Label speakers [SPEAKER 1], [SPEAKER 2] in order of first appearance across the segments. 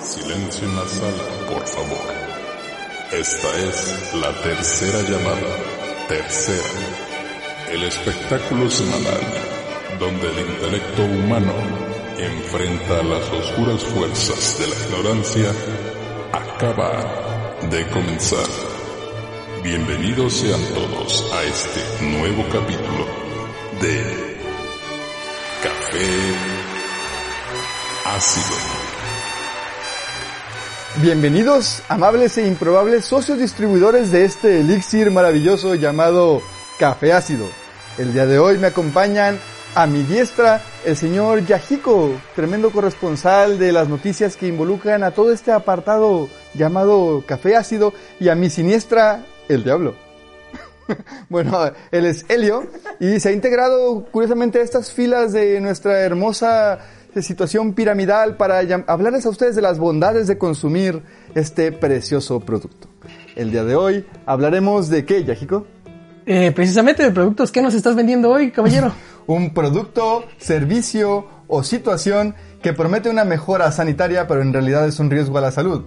[SPEAKER 1] Silencio en la sala, por favor. Esta es la tercera llamada. Tercera. El espectáculo semanal donde el intelecto humano enfrenta las oscuras fuerzas de la ignorancia acaba de comenzar. Bienvenidos sean todos a este nuevo capítulo de Café Ácido.
[SPEAKER 2] Bienvenidos, amables e improbables socios distribuidores de este elixir maravilloso llamado café ácido. El día de hoy me acompañan a mi diestra el señor Yajico, tremendo corresponsal de las noticias que involucran a todo este apartado llamado café ácido, y a mi siniestra el diablo. Bueno, él es Helio y se ha integrado curiosamente a estas filas de nuestra hermosa eh, situación piramidal para llam- hablarles a ustedes de las bondades de consumir este precioso producto. El día de hoy hablaremos de qué, Yajico?
[SPEAKER 3] Eh, precisamente de productos que nos estás vendiendo hoy, caballero.
[SPEAKER 2] Un producto, servicio o situación que promete una mejora sanitaria pero en realidad es un riesgo a la salud.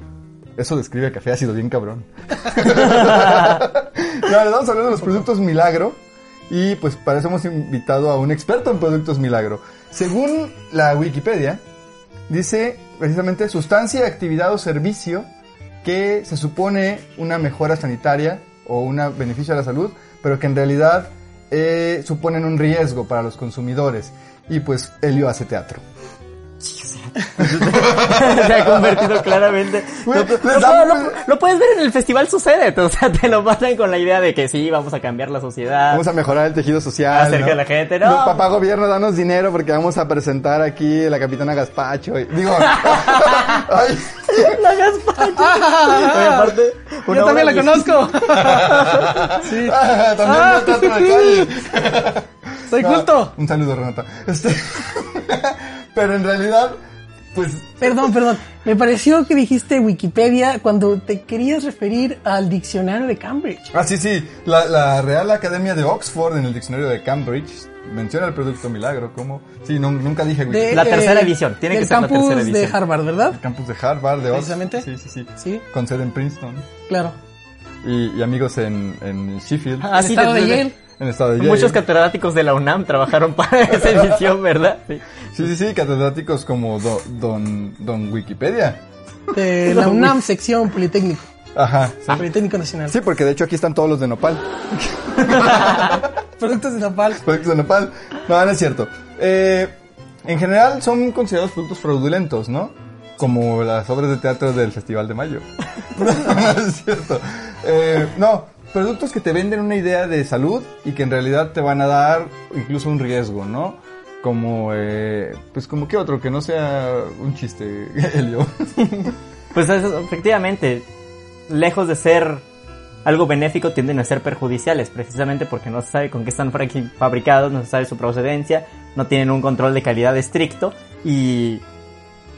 [SPEAKER 2] Eso describe el café ácido bien cabrón. Claro, vamos a hablar de los productos milagro. Y pues para eso hemos invitado a un experto en productos milagro. Según la Wikipedia, dice precisamente sustancia, actividad o servicio que se supone una mejora sanitaria o un beneficio a la salud, pero que en realidad eh, suponen un riesgo para los consumidores. Y pues Helio hace teatro.
[SPEAKER 4] se ha convertido claramente.
[SPEAKER 2] Güey,
[SPEAKER 4] Lo,
[SPEAKER 2] les
[SPEAKER 4] lo-
[SPEAKER 2] da-
[SPEAKER 4] lo- lo puedes ver en el festival sucede, o sea, te lo matan con la idea de que sí, vamos a cambiar la sociedad.
[SPEAKER 2] Vamos a mejorar el tejido social.
[SPEAKER 4] Ah. Acerca
[SPEAKER 2] ¿no?
[SPEAKER 4] a la gente, ¿no?
[SPEAKER 2] Papá gobierno, danos dinero porque vamos a presentar aquí la capitana Gaspacho. y- Digo, ay,
[SPEAKER 4] La Gaspacho. Oye, aparte, una
[SPEAKER 3] Yo también
[SPEAKER 4] obra
[SPEAKER 3] la conozco. sí,
[SPEAKER 2] ah, también
[SPEAKER 3] Ah,
[SPEAKER 2] me tratan de calle.
[SPEAKER 3] soy
[SPEAKER 2] No,
[SPEAKER 3] culto.
[SPEAKER 2] Un saludo, Renata. Este, pero en realidad, pues
[SPEAKER 3] Perdón, perdón. Me pareció que dijiste Wikipedia cuando te querías referir al diccionario de Cambridge.
[SPEAKER 2] Ah, sí, sí. La, la Real Academia de Oxford en el diccionario de Cambridge menciona el producto milagro como... Sí, nun- nunca dije
[SPEAKER 3] De, eh,
[SPEAKER 2] Wikipedia.
[SPEAKER 4] La tercera edición, tiene que
[SPEAKER 3] del
[SPEAKER 4] ser la
[SPEAKER 3] campus
[SPEAKER 4] tercera edición.
[SPEAKER 3] de Harvard,
[SPEAKER 2] El
[SPEAKER 3] ¿verdad?
[SPEAKER 2] campus de Harvard, de Oxford.
[SPEAKER 3] Precisamente.
[SPEAKER 2] Sí, sí, sí.
[SPEAKER 3] Sí,
[SPEAKER 2] Con sede en Princeton.
[SPEAKER 3] claro.
[SPEAKER 2] Y, y amigos en, en Sheffield.
[SPEAKER 4] Ah, sí,
[SPEAKER 3] El estado
[SPEAKER 4] de-
[SPEAKER 3] de
[SPEAKER 4] de-
[SPEAKER 3] Yale.
[SPEAKER 2] En el estado de Yale.
[SPEAKER 4] Muchos catedráticos de la UNAM trabajaron para esa edición, ¿verdad? Sí.
[SPEAKER 2] Sí, sí, sí, catedráticos como do- don, don Wikipedia.
[SPEAKER 3] De la UNAM, sección Politécnico.
[SPEAKER 2] Ajá. sí.
[SPEAKER 3] Politécnico Nacional.
[SPEAKER 2] Sí, porque de hecho aquí están todos los de Nopal.
[SPEAKER 3] Productos de Napal.
[SPEAKER 2] productos de nopal. No, no es cierto. Eh, en general son considerados productos fraudulentos, ¿no? Como las obras de teatro del Festival de Mayo. No, no es cierto. Eh, no, productos que te venden una idea de salud y que en realidad te van a dar incluso un riesgo, ¿no? Como, eh, pues como que otro, que no sea un chiste, Helio.
[SPEAKER 4] Pues eso, efectivamente, lejos de ser algo benéfico, tienden a ser perjudiciales, precisamente porque no se sabe con qué están fabri- fabricados, no se sabe su procedencia, no tienen un control de calidad estricto y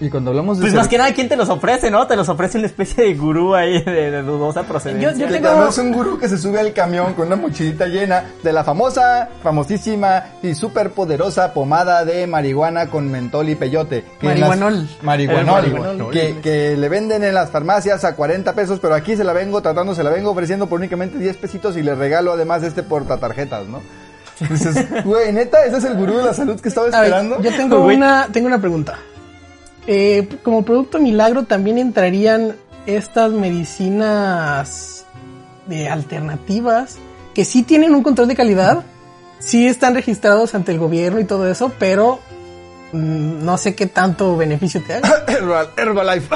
[SPEAKER 2] Y cuando hablamos de...
[SPEAKER 4] Pues más
[SPEAKER 2] ser-
[SPEAKER 4] que nada, ¿quién te los ofrece, no? Te los ofrece una especie de gurú ahí de, de dudosa procedencia.
[SPEAKER 3] Yo- yo
[SPEAKER 2] Que
[SPEAKER 3] tengo-
[SPEAKER 2] además es un gurú que se sube al camión con una mochilita llena de la famosa, famosísima y súper poderosa pomada de marihuana con mentol y peyote. que en las-
[SPEAKER 3] Marihuanol.
[SPEAKER 2] Marihuanol.
[SPEAKER 4] El marihuanol.
[SPEAKER 2] Que, que le venden en las farmacias a 40 pesos, pero aquí se la vengo tratando, se la vengo ofreciendo por únicamente 10 pesitos y le regalo además este portatarjetas, ¿no? Dices, güey, neta, ese es el gurú de la salud que estaba
[SPEAKER 3] A ver,
[SPEAKER 2] esperando.
[SPEAKER 3] yo tengo
[SPEAKER 4] Güey.
[SPEAKER 3] una, tengo una pregunta. Eh, como producto milagro también entrarían estas medicinas de alternativas que sí tienen un control de calidad, sí están registrados ante el gobierno y todo eso, pero mm, no sé qué tanto beneficio te haga.
[SPEAKER 2] Herbal- Herbalife.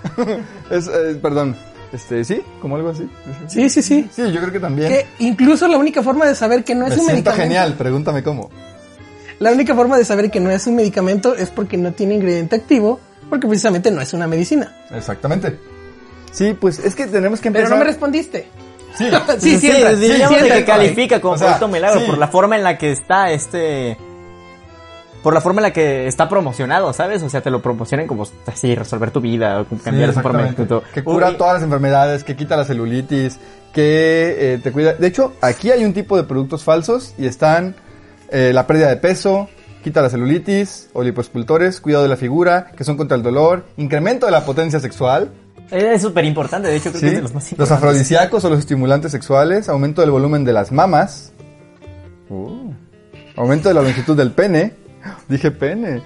[SPEAKER 2] es, eh, perdón. Este, sí, como algo así.
[SPEAKER 3] Sí, sí, sí.
[SPEAKER 2] Sí, yo creo que también.
[SPEAKER 3] Que incluso la única forma de saber que no es
[SPEAKER 2] Me
[SPEAKER 3] un
[SPEAKER 2] siento
[SPEAKER 3] medicamento,
[SPEAKER 2] genial, pregúntame cómo.
[SPEAKER 3] la única forma de saber que no es un medicamento es porque no tiene ingrediente activo, porque precisamente no es una medicina.
[SPEAKER 2] Exactamente. Sí, pues es que tenemos que
[SPEAKER 3] Pero
[SPEAKER 2] empezar.
[SPEAKER 3] no me respondiste.
[SPEAKER 2] Sí.
[SPEAKER 3] Sí, sí, entra, sí,
[SPEAKER 4] diríamos
[SPEAKER 3] sí,
[SPEAKER 4] que
[SPEAKER 3] entra.
[SPEAKER 4] califica como
[SPEAKER 2] O sea,
[SPEAKER 4] producto milagro
[SPEAKER 2] sí.
[SPEAKER 4] por la forma en la que está este... Por la forma en la que está promocionado, ¿sabes? O sea, te lo promocionan como así, resolver tu vida, o cambiar tu forma de
[SPEAKER 2] exactamente.
[SPEAKER 4] tu-
[SPEAKER 2] Que cura
[SPEAKER 4] Uy,
[SPEAKER 2] todas las enfermedades, que quita la celulitis, que eh, te cuida. De hecho, aquí hay un tipo de productos falsos y están eh, la pérdida de peso, Quita la celulitis o lipoescultores, cuidado de la figura, que son contra el dolor, incremento de la potencia sexual,
[SPEAKER 4] Es súper importante, de hecho
[SPEAKER 2] ¿sí?
[SPEAKER 4] creo que es de los más
[SPEAKER 2] los,
[SPEAKER 4] importantes.
[SPEAKER 2] afrodisíacos o los estimulantes sexuales, aumento del volumen de las mamas,
[SPEAKER 4] Uh.
[SPEAKER 2] aumento de la longitud del pene, dije pene,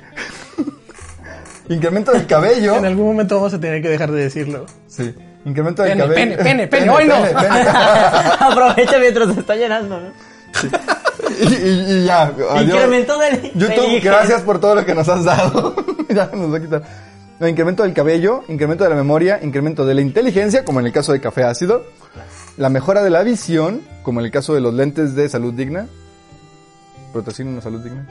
[SPEAKER 2] incremento del cabello,
[SPEAKER 3] En algún momento vamos a tener que dejar de decirlo.
[SPEAKER 2] sí, incremento del
[SPEAKER 3] Pene,
[SPEAKER 2] cabello,
[SPEAKER 3] pene, pene, pene, hoy no.
[SPEAKER 4] Aprovecha mientras se está llenando, ¿no?
[SPEAKER 2] y, y- y ya,
[SPEAKER 4] Ah,
[SPEAKER 2] adiós.
[SPEAKER 4] Incremento del...
[SPEAKER 2] YouTube,
[SPEAKER 4] del-
[SPEAKER 2] gracias por todo lo que nos has dado. ya nos va a quitar. No, incremento del cabello, incremento de la memoria, incremento de la inteligencia, como en el caso de café ácido. La mejora de la visión, como en el caso de los lentes de salud digna. Protección una salud digna.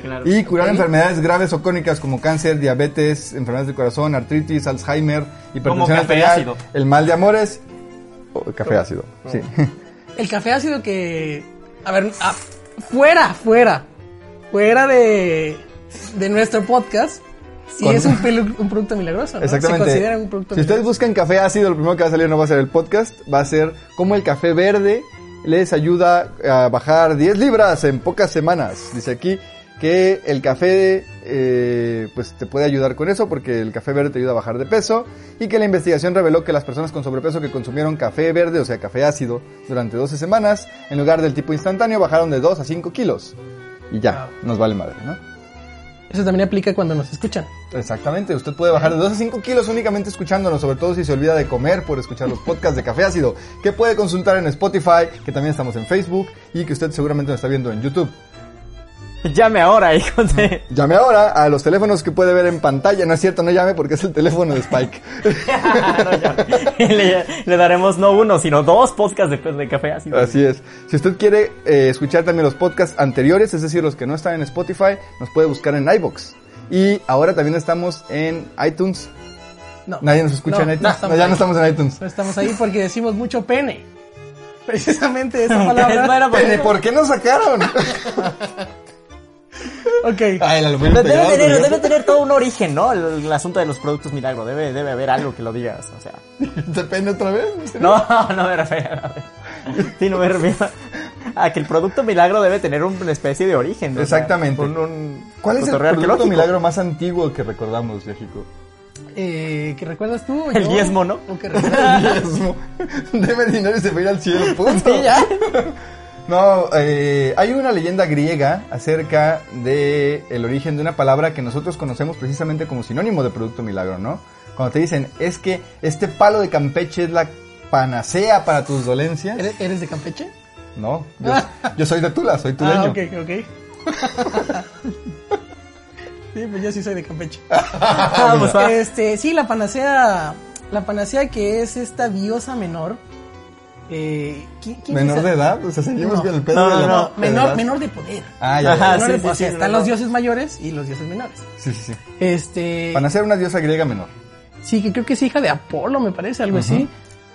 [SPEAKER 4] claro.
[SPEAKER 2] Y curar enfermedades graves o crónicas como cáncer, diabetes, enfermedades del corazón, artritis, Alzheimer, hipertensión
[SPEAKER 4] café
[SPEAKER 2] arterial,
[SPEAKER 4] ácido.
[SPEAKER 2] el mal de amores. o café ácido, sí.
[SPEAKER 3] El café ácido que. A ver, ah, fuera, fuera. Fuera de, de nuestro podcast. Si
[SPEAKER 2] Con-
[SPEAKER 3] es un, pelu- un producto milagroso. ¿no?
[SPEAKER 2] Exactamente.
[SPEAKER 3] Se considera un producto
[SPEAKER 2] si ustedes
[SPEAKER 3] milagroso.
[SPEAKER 2] buscan café ácido, lo primero que va a salir no va a ser el podcast, va a ser cómo el café verde les ayuda a bajar 10 libras en pocas semanas. Dice aquí que el café eh, pues te puede ayudar con eso porque el café verde te ayuda a bajar de peso y que la investigación reveló que las personas con sobrepeso que consumieron café verde, o sea, café ácido, durante 12 semanas, en lugar del tipo instantáneo, bajaron de 2 a 5 kilos. Y ya, nos vale madre, ¿no?
[SPEAKER 3] Eso también aplica cuando nos escuchan.
[SPEAKER 2] Exactamente, usted puede bajar de 2 a 5 kilos únicamente escuchándonos, sobre todo si se olvida de comer por escuchar los podcasts de Café Ácido, que puede consultar en Spotify, que también estamos en Facebook y que usted seguramente nos está viendo en YouTube.
[SPEAKER 4] Llame ahora, hijo de...
[SPEAKER 2] Llame ahora a los teléfonos que puede ver en pantalla, no es cierto, no llame porque es el teléfono de Spike.
[SPEAKER 4] No, ya. le, le daremos no uno, sino dos podcasts de, de café ácido.
[SPEAKER 2] Así es. Si usted quiere eh, escuchar también los podcasts anteriores, es decir, los que no están en Spotify, nos puede buscar en iBox. Y ahora también estamos en iTunes.
[SPEAKER 3] No.
[SPEAKER 2] Nadie nos escucha
[SPEAKER 3] No,
[SPEAKER 2] en iTunes.
[SPEAKER 3] no
[SPEAKER 2] No,
[SPEAKER 3] estamos
[SPEAKER 2] ya
[SPEAKER 3] ahí.
[SPEAKER 2] no estamos en iTunes.
[SPEAKER 3] No estamos ahí porque decimos mucho pene. pues. Precisamente esa
[SPEAKER 4] Es
[SPEAKER 3] palabra.
[SPEAKER 4] buena por-
[SPEAKER 2] Pene, ¿Por qué nos sacaron?
[SPEAKER 3] ok.
[SPEAKER 2] Ay, la Lupita
[SPEAKER 4] Pero debe
[SPEAKER 2] pegada,
[SPEAKER 4] tener,
[SPEAKER 2] ¿no?
[SPEAKER 4] debe tener todo un origen, ¿no? El, el asunto de los productos milagro. Debe, debe haber algo que lo digas, o sea.
[SPEAKER 2] ¿Te pene otra vez?
[SPEAKER 4] No, no me refiero. a- Sí, no me refiero a que el producto milagro debe tener un- una especie de origen. ¿no? O sea,
[SPEAKER 2] Exactamente.
[SPEAKER 4] un- un
[SPEAKER 2] ¿Cuál es el
[SPEAKER 4] cotorreo
[SPEAKER 2] producto
[SPEAKER 4] arqueológico.
[SPEAKER 2] milagro más antiguo que recordamos, México?
[SPEAKER 3] Eh, ¿Qué recuerdas tú? o
[SPEAKER 4] El
[SPEAKER 3] yo?
[SPEAKER 4] diezmo, ¿no?
[SPEAKER 3] ¿O qué recuerdas?
[SPEAKER 2] Diezmo. Deme dinero y se va a ir al cielo, punto.
[SPEAKER 4] Sí, ya.
[SPEAKER 2] No, eh, hay una leyenda griega acerca de el origen de una palabra que nosotros conocemos precisamente como sinónimo de producto milagro, ¿no? Cuando te dicen, es que este palo de Campeche es la panacea para tus dolencias.
[SPEAKER 3] ¿Eres, eres de Campeche?
[SPEAKER 2] No, yo, yo soy de Tula, soy tuleño.
[SPEAKER 3] Ah, ok, ok. sí, pues yo sí soy de Campeche.
[SPEAKER 4] Ah, pues, va.
[SPEAKER 3] Este, sí, la panacea, la panacea que es esta diosa menor. Eh, ¿quién, quién
[SPEAKER 2] Menor
[SPEAKER 3] es
[SPEAKER 2] de
[SPEAKER 3] esa?
[SPEAKER 2] edad, o sea, seguimos
[SPEAKER 3] No.
[SPEAKER 2] con el pedo
[SPEAKER 4] No,
[SPEAKER 2] de
[SPEAKER 4] no,
[SPEAKER 2] la-
[SPEAKER 4] no,
[SPEAKER 2] de edad.
[SPEAKER 3] Menor, menor de poder.
[SPEAKER 2] Ah, ya, ya,
[SPEAKER 4] Ajá.
[SPEAKER 2] ya.
[SPEAKER 3] Menor
[SPEAKER 4] sí,
[SPEAKER 3] de
[SPEAKER 4] sí,
[SPEAKER 3] poder.
[SPEAKER 4] sí,
[SPEAKER 3] Están
[SPEAKER 4] no,
[SPEAKER 3] los
[SPEAKER 4] no.
[SPEAKER 3] dioses mayores y los dioses menores.
[SPEAKER 2] Sí, sí, sí.
[SPEAKER 3] Este,
[SPEAKER 2] Panacea era una diosa griega menor.
[SPEAKER 3] Sí, que creo que es hija de Apolo, me parece, algo así.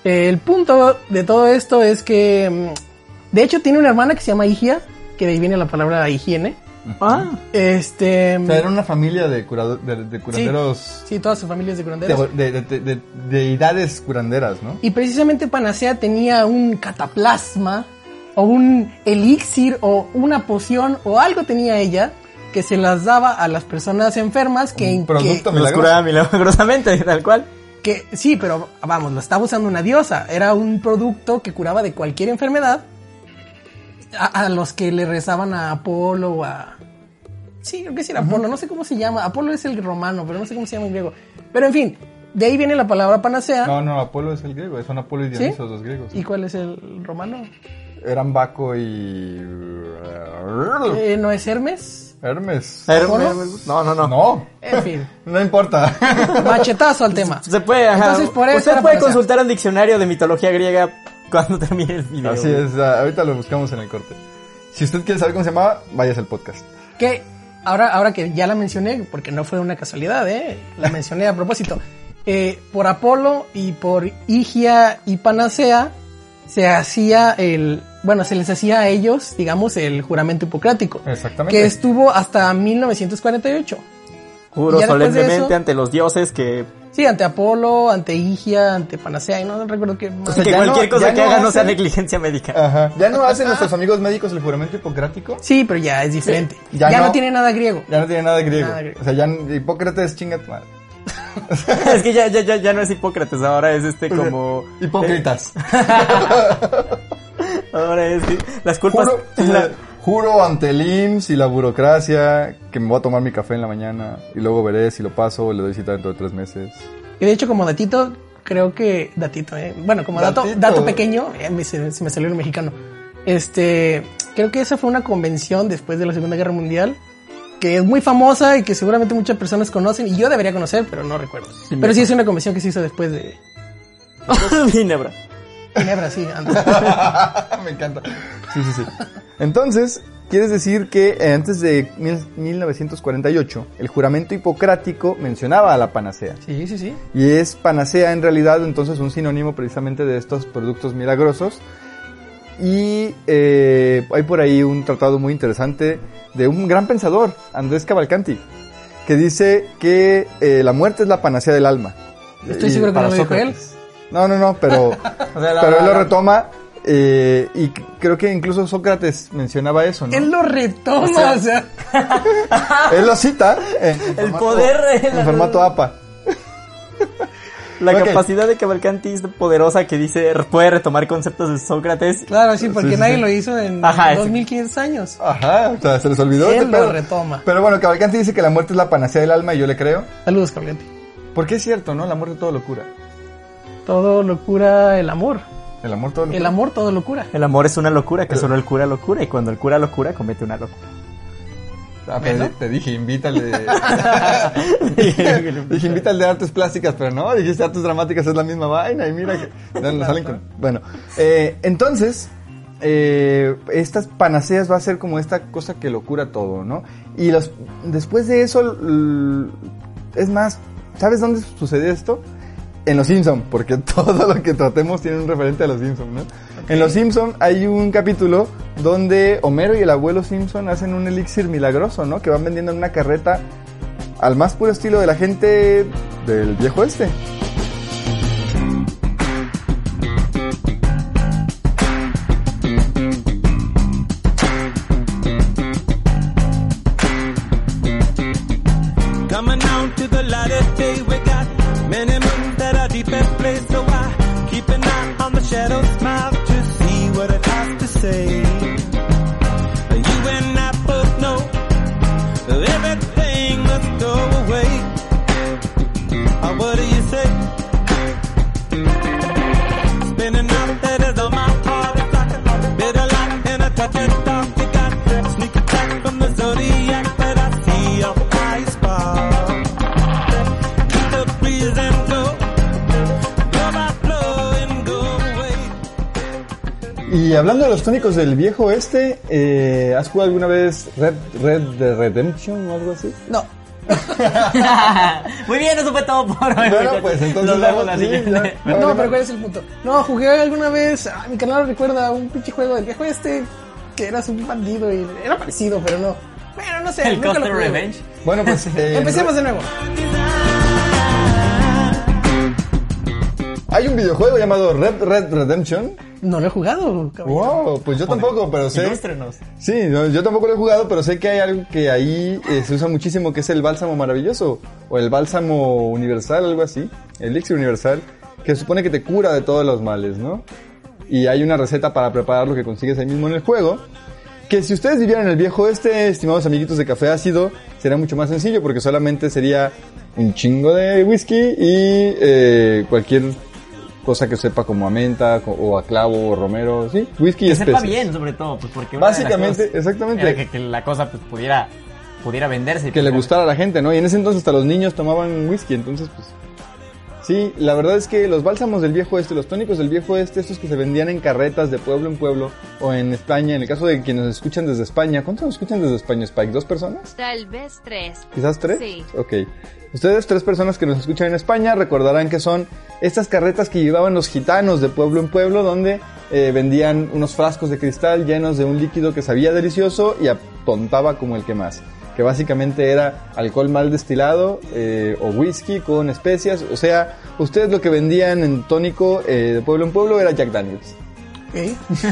[SPEAKER 3] Eh, el punto de todo esto es que, mm, de hecho, tiene una hermana que se llama Higia, que de ahí viene la palabra higiene.
[SPEAKER 4] Ah,
[SPEAKER 3] Este,
[SPEAKER 2] O sea, era una familia de, curado- de, de curanderos,
[SPEAKER 3] sí, toda su familia es
[SPEAKER 2] de,
[SPEAKER 3] de curanderos.
[SPEAKER 2] de, de- de- deidades curanderas, ¿no?
[SPEAKER 3] Y precisamente Panacea tenía un cataplasma, o un elixir, o una poción, o algo tenía ella, que se las daba a las personas enfermas que...
[SPEAKER 2] Un producto
[SPEAKER 3] que-
[SPEAKER 4] los curaba milagrosamente, tal cual.
[SPEAKER 3] que sí, pero vamos, lo estaba usando una diosa. Era un producto que curaba de cualquier enfermedad a, a los que le rezaban a Apolo o a... Sí, creo que sí era Apolo, no sé cómo se llama. Apolo es el romano, pero no sé cómo se llama en griego. Pero en fin, de ahí viene la palabra panacea.
[SPEAKER 2] No, no, Apolo es el griego, son Apolo y
[SPEAKER 3] ¿Sí?
[SPEAKER 2] Dionisos los griegos.
[SPEAKER 3] ¿Y cuál es el romano?
[SPEAKER 2] Eran Baco y...
[SPEAKER 3] Eh, ¿No es Hermes?
[SPEAKER 2] Hermes.
[SPEAKER 4] No, no, no.
[SPEAKER 2] No,
[SPEAKER 3] En fin,
[SPEAKER 2] no importa.
[SPEAKER 3] machetazo al tema.
[SPEAKER 4] Se puede, ajá.
[SPEAKER 3] Entonces, por eso
[SPEAKER 4] Usted
[SPEAKER 3] era
[SPEAKER 4] puede
[SPEAKER 3] para hacer.
[SPEAKER 4] consultar un diccionario de mitología griega cuando termine el video.
[SPEAKER 2] Así es, ah, ahorita lo buscamos en el corte. Si usted quiere saber cómo se llamaba, váyase al podcast.
[SPEAKER 3] Que ahora, ahora que ya la mencioné, porque no fue una casualidad, ¿eh? la mencioné a propósito, eh, por Apolo y por Higia y Panacea se hacía el, bueno, se les hacía a ellos, digamos, el juramento hipocrático,
[SPEAKER 2] Exactamente.
[SPEAKER 3] que estuvo hasta 1948.
[SPEAKER 4] Juro
[SPEAKER 3] Y ya después de
[SPEAKER 4] solemnemente
[SPEAKER 3] eso-
[SPEAKER 4] ante los dioses que
[SPEAKER 3] Sí, ante Apolo, ante Igia, ante Panacea, y no recuerdo qué más.
[SPEAKER 2] sea,
[SPEAKER 4] que
[SPEAKER 2] ya
[SPEAKER 4] cualquier
[SPEAKER 2] no- ya
[SPEAKER 4] cosa que
[SPEAKER 2] no
[SPEAKER 4] haga no sea
[SPEAKER 2] hacen-
[SPEAKER 4] negligencia médica.
[SPEAKER 2] Ajá. ¿Ya no
[SPEAKER 3] Ah.
[SPEAKER 2] hacen nuestros amigos médicos el juramento hipocrático?
[SPEAKER 3] sí, pero ya es diferente.
[SPEAKER 2] Sí, ya
[SPEAKER 3] ya no,
[SPEAKER 2] no-
[SPEAKER 3] tiene nada griego.
[SPEAKER 2] Ya no tiene nada griego.
[SPEAKER 3] Nada griego.
[SPEAKER 2] O sea, ya Hipócrates chinga tu madre.
[SPEAKER 4] es que ya, ya, ya, ya no es Hipócrates, ahora es este como...
[SPEAKER 2] Hipócritas.
[SPEAKER 4] Ahora es... Las culpas...
[SPEAKER 2] Juro,
[SPEAKER 4] la-
[SPEAKER 2] juro ante el IMSS y la burocracia que me voy a tomar mi café en la mañana y luego veré si lo paso o le doy cita dentro de tres meses.
[SPEAKER 3] Y de hecho, como datito, creo que. Datito, eh. Bueno, como dato,
[SPEAKER 2] Datito.
[SPEAKER 3] dato pequeño, eh, me- se, se me salió el mexicano. Este. Creo que esa fue una convención después de la Segunda Guerra Mundial. Que es muy famosa y que seguramente muchas personas conocen. Y yo debería conocer, pero no recuerdo. pero sí es una convención que se hizo después de
[SPEAKER 4] Ginebra.
[SPEAKER 3] Ginebra, sí, antes.
[SPEAKER 2] me encanta. Sí, sí, sí. Entonces, quieres decir que eh, antes de mil- 1948, el juramento hipocrático mencionaba a la panacea.
[SPEAKER 3] Sí, sí, sí.
[SPEAKER 2] Y es panacea en realidad entonces un sinónimo precisamente de estos productos milagrosos. Y eh, hay por ahí un tratado muy interesante de un gran pensador, Andrés Cavalcanti, que dice que eh, la muerte es la panacea del alma.
[SPEAKER 3] Estoy seguro que
[SPEAKER 2] para
[SPEAKER 3] no lo dijo
[SPEAKER 2] Sócrates. No, no, no, pero, pero él lo retoma eh, y c- creo que incluso Sócrates mencionaba eso, ¿no?
[SPEAKER 3] Él
[SPEAKER 2] Él,
[SPEAKER 3] lo retoma, o sea.
[SPEAKER 2] lo cita en, en
[SPEAKER 4] El
[SPEAKER 2] formato-
[SPEAKER 4] poder...
[SPEAKER 2] en formato APA.
[SPEAKER 4] La
[SPEAKER 2] Ok.
[SPEAKER 4] capacidad de Cavalcanti es poderosa que dice, puede retomar conceptos de Sócrates.
[SPEAKER 3] Claro, sí, porque
[SPEAKER 2] Sí, sí,
[SPEAKER 3] nadie
[SPEAKER 2] sí.
[SPEAKER 3] lo hizo en
[SPEAKER 4] Ajá, es-
[SPEAKER 3] 2500 años.
[SPEAKER 2] Ajá, o sea, se les olvidó.
[SPEAKER 3] Él
[SPEAKER 2] este
[SPEAKER 3] lo
[SPEAKER 2] pedo.
[SPEAKER 3] retoma.
[SPEAKER 2] Pero bueno, Cavalcanti dice que la muerte es la panacea del alma y yo le creo.
[SPEAKER 3] Saludos, Cavalcanti.
[SPEAKER 2] Porque es cierto, ¿no? El amor de todo locura.
[SPEAKER 3] Todo locura, el amor.
[SPEAKER 2] El amor todo locura.
[SPEAKER 3] El amor, todo locura.
[SPEAKER 4] El amor es una locura, que solo el cura locura, y cuando el cura locura, comete una locura.
[SPEAKER 2] Ah, pero
[SPEAKER 3] Bueno.
[SPEAKER 2] te dije, invítale. dije, invítale de artes plásticas, pero no, dijiste artes dramáticas, es la misma vaina. Y mira que. no, no salen con- Bueno, eh, entonces, eh, estas panaceas va a ser como esta cosa que lo cura todo, ¿no? Y los, después de eso, l- es más, ¿sabes dónde sucede esto? En los Simpson, porque todo lo que tratemos tiene un referente a los Simpson, ¿no? En los Simpson hay un capítulo donde Homero y el abuelo Simpson hacen un elixir milagroso, ¿no? Que van vendiendo en una carreta al más puro estilo de la gente del viejo este.
[SPEAKER 5] Coming down to the light of day, we got many moons that are deep in place. So I keep an eye on the shadow's mouth to see what it has to say. You and I both know everything must go away. Uh, what do you say? Spinning out that is on my part. It's like a bit of light and a touch of dark. You got sneak attack from the zodiac that I see off my spot. Keep the breeze and go. Blow by blow and go away.
[SPEAKER 2] Y hablando de los tónicos del viejo este, eh, ¿has jugado alguna vez Red, Red de Redemption o algo así?
[SPEAKER 3] No.
[SPEAKER 4] Muy bien, eso fue todo por hoy.
[SPEAKER 2] Bueno,
[SPEAKER 4] muchachos.
[SPEAKER 2] pues, entonces
[SPEAKER 4] Nos
[SPEAKER 2] vamos,
[SPEAKER 4] vemos la
[SPEAKER 2] sí,
[SPEAKER 4] siguiente.
[SPEAKER 2] ya.
[SPEAKER 3] No, pero ¿cuál es el punto? No, jugué alguna vez. ah, mi canal recuerda un pinche juego del viejo este que eras un bandido y era parecido, pero no. Bueno, no sé.
[SPEAKER 4] El
[SPEAKER 3] nunca lo
[SPEAKER 4] Coaster
[SPEAKER 3] jugué.
[SPEAKER 4] Revenge.
[SPEAKER 2] Bueno, pues... eh,
[SPEAKER 3] Empecemos de nuevo.
[SPEAKER 2] Hay un videojuego llamado Red Red Redemption.
[SPEAKER 3] No lo he jugado, cabrón.
[SPEAKER 2] Wow, pues yo tampoco, pero sé...
[SPEAKER 4] Ilústrenos.
[SPEAKER 2] Sí, no, yo tampoco lo he jugado, pero sé que hay algo que ahí eh, se usa muchísimo, que es el bálsamo maravilloso, o el bálsamo universal, algo así, el elixir universal, que supone que te cura de todos los males, ¿no? Y hay una receta para preparar lo que consigues ahí mismo en el juego, que si ustedes vivieran en el viejo este, estimados amiguitos de café ácido, sería mucho más sencillo, porque solamente sería un chingo de whisky y eh, cualquier cosa que sepa como a menta, co- o a clavo, o romero, sí, whisky y
[SPEAKER 4] Que sepa
[SPEAKER 2] especias.
[SPEAKER 4] bien, sobre todo, pues porque una de las
[SPEAKER 2] Básicamente,
[SPEAKER 4] cosas
[SPEAKER 2] exactamente.
[SPEAKER 4] era Que, que la cosa pues, pudiera, pudiera venderse.
[SPEAKER 2] que le gustara a la gente, ¿no? Y en ese entonces hasta los niños tomaban whisky, entonces pues... Sí, la verdad es que los bálsamos del viejo este, los tónicos del viejo este, estos que se vendían en carretas de pueblo en pueblo o en España, en el caso de quienes nos escuchan desde España, ¿cuántos nos escuchan desde España, Spike? ¿Dos personas?
[SPEAKER 6] Tal vez tres.
[SPEAKER 2] ¿Quizás tres?
[SPEAKER 6] Sí.
[SPEAKER 2] Ok. Ustedes, tres personas que nos escuchan en España, recordarán que son estas carretas que llevaban los gitanos de pueblo en pueblo, donde eh, vendían unos frascos de cristal llenos de un líquido que sabía delicioso y atontaba como el que más. que básicamente era alcohol mal destilado eh, o whisky con especias. O sea, ustedes lo que vendían en tónico eh, de pueblo en pueblo era Jack Daniels.
[SPEAKER 3] Ok.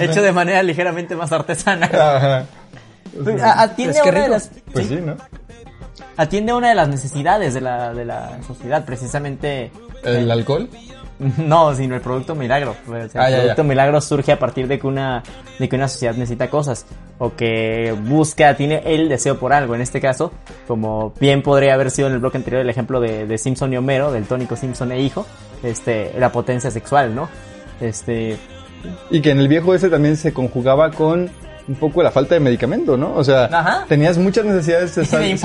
[SPEAKER 4] Hecho de manera ligeramente más artesana.
[SPEAKER 2] Ajá.
[SPEAKER 4] A- Atiende,
[SPEAKER 3] Es que
[SPEAKER 4] a una de
[SPEAKER 3] rico.
[SPEAKER 4] las,
[SPEAKER 2] Pues sí, ¿no?
[SPEAKER 4] atiende a una de las necesidades de la, de la sociedad, precisamente. eh,
[SPEAKER 2] ¿El alcohol?
[SPEAKER 4] No, sino el producto milagro. Pues, el
[SPEAKER 2] Ah, ya, ya.
[SPEAKER 4] producto milagro surge a partir de que una de que una sociedad necesita cosas o que busca, tiene el deseo por algo. En este caso, como bien podría haber sido en el bloque anterior el ejemplo de, de Simpson y Homero, del tónico Simpson e hijo, este, la potencia sexual, ¿no? Este,
[SPEAKER 2] Y que en el viejo ese también se conjugaba con un poco la falta de medicamento, ¿no? O sea,
[SPEAKER 4] Ajá.
[SPEAKER 2] tenías muchas necesidades
[SPEAKER 4] de
[SPEAKER 2] san-
[SPEAKER 4] información.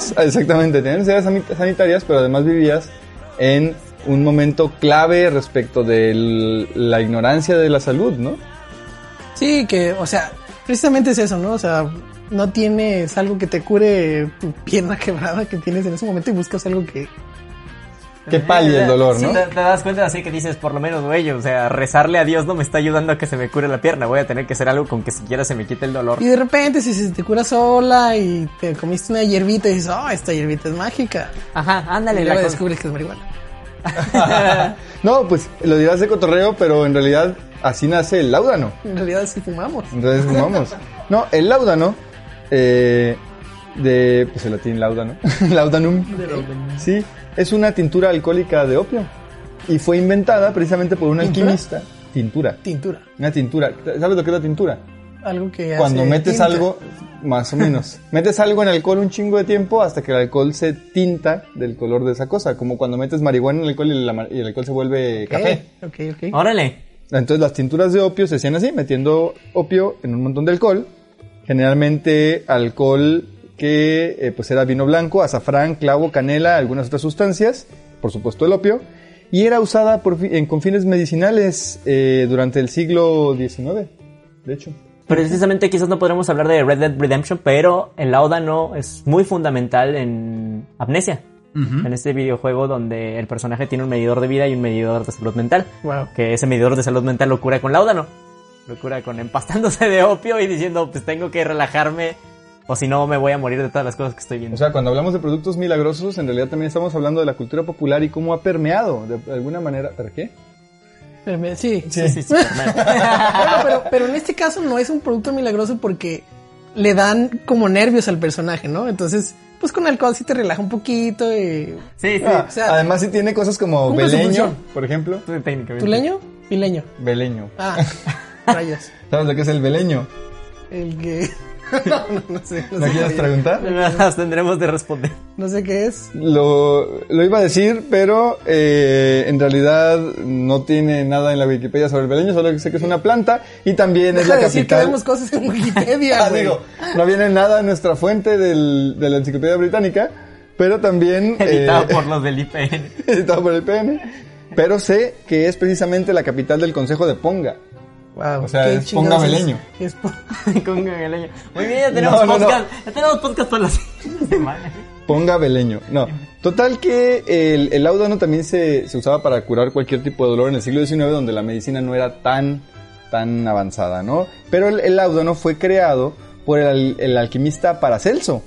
[SPEAKER 2] sanitarias, exactamente, tenías necesidades sani- sanitarias, pero además vivías en un momento clave respecto de la ignorancia de la salud, ¿no?
[SPEAKER 3] Sí, que, o sea, precisamente es eso, ¿no? O sea, no tienes algo que te cure tu pierna quebrada que tienes en ese momento y buscas algo que.
[SPEAKER 2] Que palia el dolor,
[SPEAKER 4] eh, Sí,
[SPEAKER 2] ¿no?
[SPEAKER 4] te, te das cuenta así que dices, por lo menos, güey, o sea, rezarle a Dios no me está ayudando a que se me cure la pierna. Voy a tener que hacer algo con que siquiera se me quite el dolor.
[SPEAKER 3] Y de repente, si se te cura sola y te comiste una hierbita y dices, oh, esta hierbita es mágica.
[SPEAKER 4] Ajá, ándale,
[SPEAKER 3] y
[SPEAKER 4] la
[SPEAKER 3] luego
[SPEAKER 4] cosa.
[SPEAKER 3] descubres que es marihuana.
[SPEAKER 2] No, pues lo dirás de cotorreo, pero en realidad así nace el láudano.
[SPEAKER 3] En realidad sí fumamos.
[SPEAKER 2] Entonces fumamos. No, el láudano, eh, de, pues el latín láudano, laudanum, sí, es una tintura alcohólica de opio y fue inventada precisamente por un
[SPEAKER 3] ¿Tintura?
[SPEAKER 2] alquimista. Tintura.
[SPEAKER 3] Tintura.
[SPEAKER 2] Una tintura. ¿Sabes lo que es la tintura?
[SPEAKER 3] Algo que.
[SPEAKER 2] Cuando
[SPEAKER 3] hace
[SPEAKER 2] metes
[SPEAKER 3] tinta.
[SPEAKER 2] algo, más o menos, metes algo en alcohol un chingo de tiempo hasta que el alcohol se tinta del color de esa cosa, como cuando metes marihuana en el alcohol y, la ma- y el alcohol se vuelve
[SPEAKER 3] Ok,
[SPEAKER 2] café.
[SPEAKER 3] Eh,
[SPEAKER 2] Ah.
[SPEAKER 3] Ok, ok.
[SPEAKER 4] Órale.
[SPEAKER 2] Entonces las tinturas de opio se hacían así, metiendo opio en un montón de alcohol, generalmente alcohol que eh, pues era vino blanco, azafrán, clavo, canela, algunas otras sustancias, por supuesto el opio, y era usada por fi- en, con fines medicinales eh, durante el siglo XIX, de hecho.
[SPEAKER 4] Precisamente quizás no podremos hablar de Red Dead Redemption, pero el Laudano es muy fundamental en Amnesia. En este videojuego donde el personaje tiene un medidor de vida y un medidor de salud mental.
[SPEAKER 3] Wow.
[SPEAKER 4] Que ese medidor de salud mental lo cura con Laudano. Lo cura con empastándose de opio y diciendo, pues tengo que relajarme o si no me voy a morir de todas las cosas que estoy viendo.
[SPEAKER 2] O sea, cuando hablamos de productos milagrosos, en realidad también estamos hablando de la cultura popular y cómo ha permeado de alguna manera. ¿Para qué?
[SPEAKER 3] Pero me- Sí,
[SPEAKER 4] sí, sí, sí, normal.
[SPEAKER 3] Bueno, pero, pero en este caso no es un producto milagroso porque le dan como nervios al personaje, ¿no? Entonces, pues con alcohol sí te relaja un poquito eh, y...
[SPEAKER 4] sí, sí.
[SPEAKER 2] Ah,
[SPEAKER 3] o sea,
[SPEAKER 2] además sí tiene cosas como
[SPEAKER 3] cumple su
[SPEAKER 2] beleño,
[SPEAKER 3] función.
[SPEAKER 2] por ejemplo.
[SPEAKER 4] Tú, técnicamente.
[SPEAKER 3] ¿Tu leño? Pileño.
[SPEAKER 2] Beleño.
[SPEAKER 3] Ah, rayos.
[SPEAKER 2] ¿Sabes lo que es el beleño?
[SPEAKER 3] El que... No, no, no sé. No
[SPEAKER 2] ¿No
[SPEAKER 3] sé,
[SPEAKER 2] quieres
[SPEAKER 3] qué,
[SPEAKER 2] preguntar?
[SPEAKER 4] Las tendremos de responder.
[SPEAKER 3] no sé qué es.
[SPEAKER 2] Lo, lo iba a decir, pero eh, en realidad no tiene nada en la Wikipedia sobre el beleño, solo que sé que es una planta y también es
[SPEAKER 3] Deja
[SPEAKER 2] la
[SPEAKER 3] de decir que
[SPEAKER 2] capital.
[SPEAKER 3] vemos cosas en Wikipedia,
[SPEAKER 2] Ah,
[SPEAKER 3] güey.
[SPEAKER 2] digo, no viene nada en nuestra fuente del- de la enciclopedia británica, pero también eh,
[SPEAKER 4] Editado por los del IPN.
[SPEAKER 2] editado por el PN. Pero sé que es precisamente la capital del Consejo de Ponga.
[SPEAKER 3] Wow,
[SPEAKER 2] o sea,
[SPEAKER 3] qué
[SPEAKER 2] es
[SPEAKER 3] chingados
[SPEAKER 2] ponga
[SPEAKER 3] es-
[SPEAKER 2] beleño.
[SPEAKER 3] es po-
[SPEAKER 4] Con Gagaleño. Muy bien, ya tenemos
[SPEAKER 2] No, no, no.
[SPEAKER 4] podcast. Ya tenemos podcast para la siguiente semana.
[SPEAKER 2] Ponga beleño. No. Total que el, el laudano también se, se usaba para curar cualquier tipo de dolor en el siglo XIX, donde la medicina no era tan, tan avanzada, ¿no? Pero el, el laudano fue creado por el, al- el alquimista Paracelso,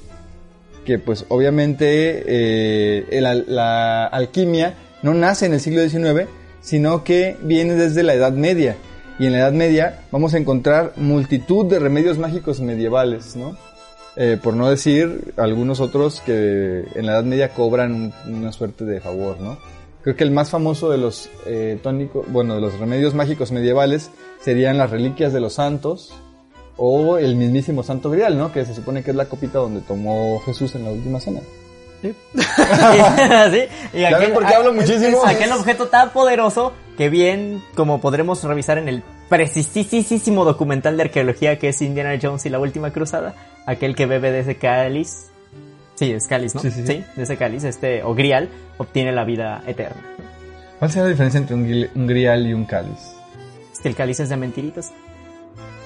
[SPEAKER 2] que pues obviamente eh, el al- la alquimia no nace en el siglo XIX, sino que viene desde la Edad Media. Y en la Edad Media vamos a encontrar multitud de remedios mágicos medievales, ¿no? Eh, por no decir algunos otros que en la Edad Media cobran un- una suerte de favor, ¿no? Creo que el más famoso de los eh, tónicos, bueno, de los remedios mágicos medievales serían las reliquias de los santos o el mismísimo Santo Grial, ¿no? Que se supone que es la copita donde tomó Jesús en la última cena.
[SPEAKER 4] ¿Sí? Y
[SPEAKER 2] ¿Ya ven por qué hablo
[SPEAKER 4] a-
[SPEAKER 2] muchísimo?
[SPEAKER 4] es aquel objeto tan poderoso que bien, como podremos revisar en el precisísimo documental de arqueología que es Indiana Jones y la última cruzada, aquel que bebe de ese cáliz, sí, es cáliz, ¿no?
[SPEAKER 2] Sí, sí, sí.
[SPEAKER 4] de ese cáliz, este, o grial, obtiene la vida eterna.
[SPEAKER 2] ¿Cuál será la diferencia entre un, gril- un grial y un cáliz?
[SPEAKER 4] Es que el cáliz es de mentiritas.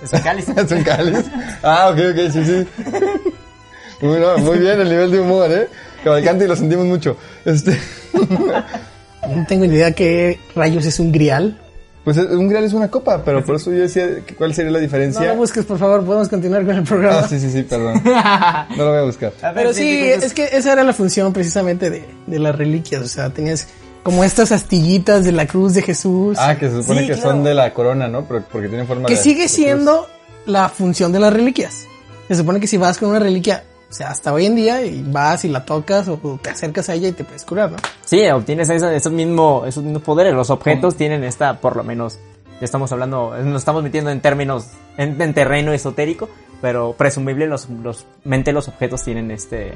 [SPEAKER 4] Es un cáliz.
[SPEAKER 2] ¿Es un cáliz? Ah, ok, ok, sí, sí. Muy, no, muy bien el nivel de humor, ¿eh? Cabalcante y lo sentimos mucho. Este...
[SPEAKER 3] No tengo ni idea qué rayos es un grial.
[SPEAKER 2] Pues eh, un grial es una copa, pero por eso yo decía que cuál sería la
[SPEAKER 3] No lo
[SPEAKER 2] diferencia.
[SPEAKER 3] busques, por favor, podemos continuar con el programa.
[SPEAKER 2] ah, sí, sí, sí, perdón. No lo voy a buscar.
[SPEAKER 4] A ver,
[SPEAKER 3] Pero sí,
[SPEAKER 4] entonces-
[SPEAKER 3] es que esa era la función precisamente de, de las reliquias. O sea, tenías como estas astillitas de la cruz de Jesús.
[SPEAKER 2] Ah, que se supone
[SPEAKER 4] Sí,
[SPEAKER 2] que
[SPEAKER 4] claro.
[SPEAKER 2] son de la corona, ¿no? Pero porque tienen forma
[SPEAKER 3] que
[SPEAKER 2] de- de
[SPEAKER 3] sigue
[SPEAKER 2] cruz.
[SPEAKER 3] siendo la función de las reliquias. Se supone que si vas con una reliquia, o sea, hasta hoy en día, y vas y la tocas o te acercas a ella y te puedes curar, ¿no?
[SPEAKER 4] Sí, obtienes esa- esos, mismo, esos mismos poderes. Los objetos tienen esta, por lo menos, ya estamos hablando, nos estamos metiendo en términos, en, en terreno esotérico, pero presumible los, los, mente los objetos tienen este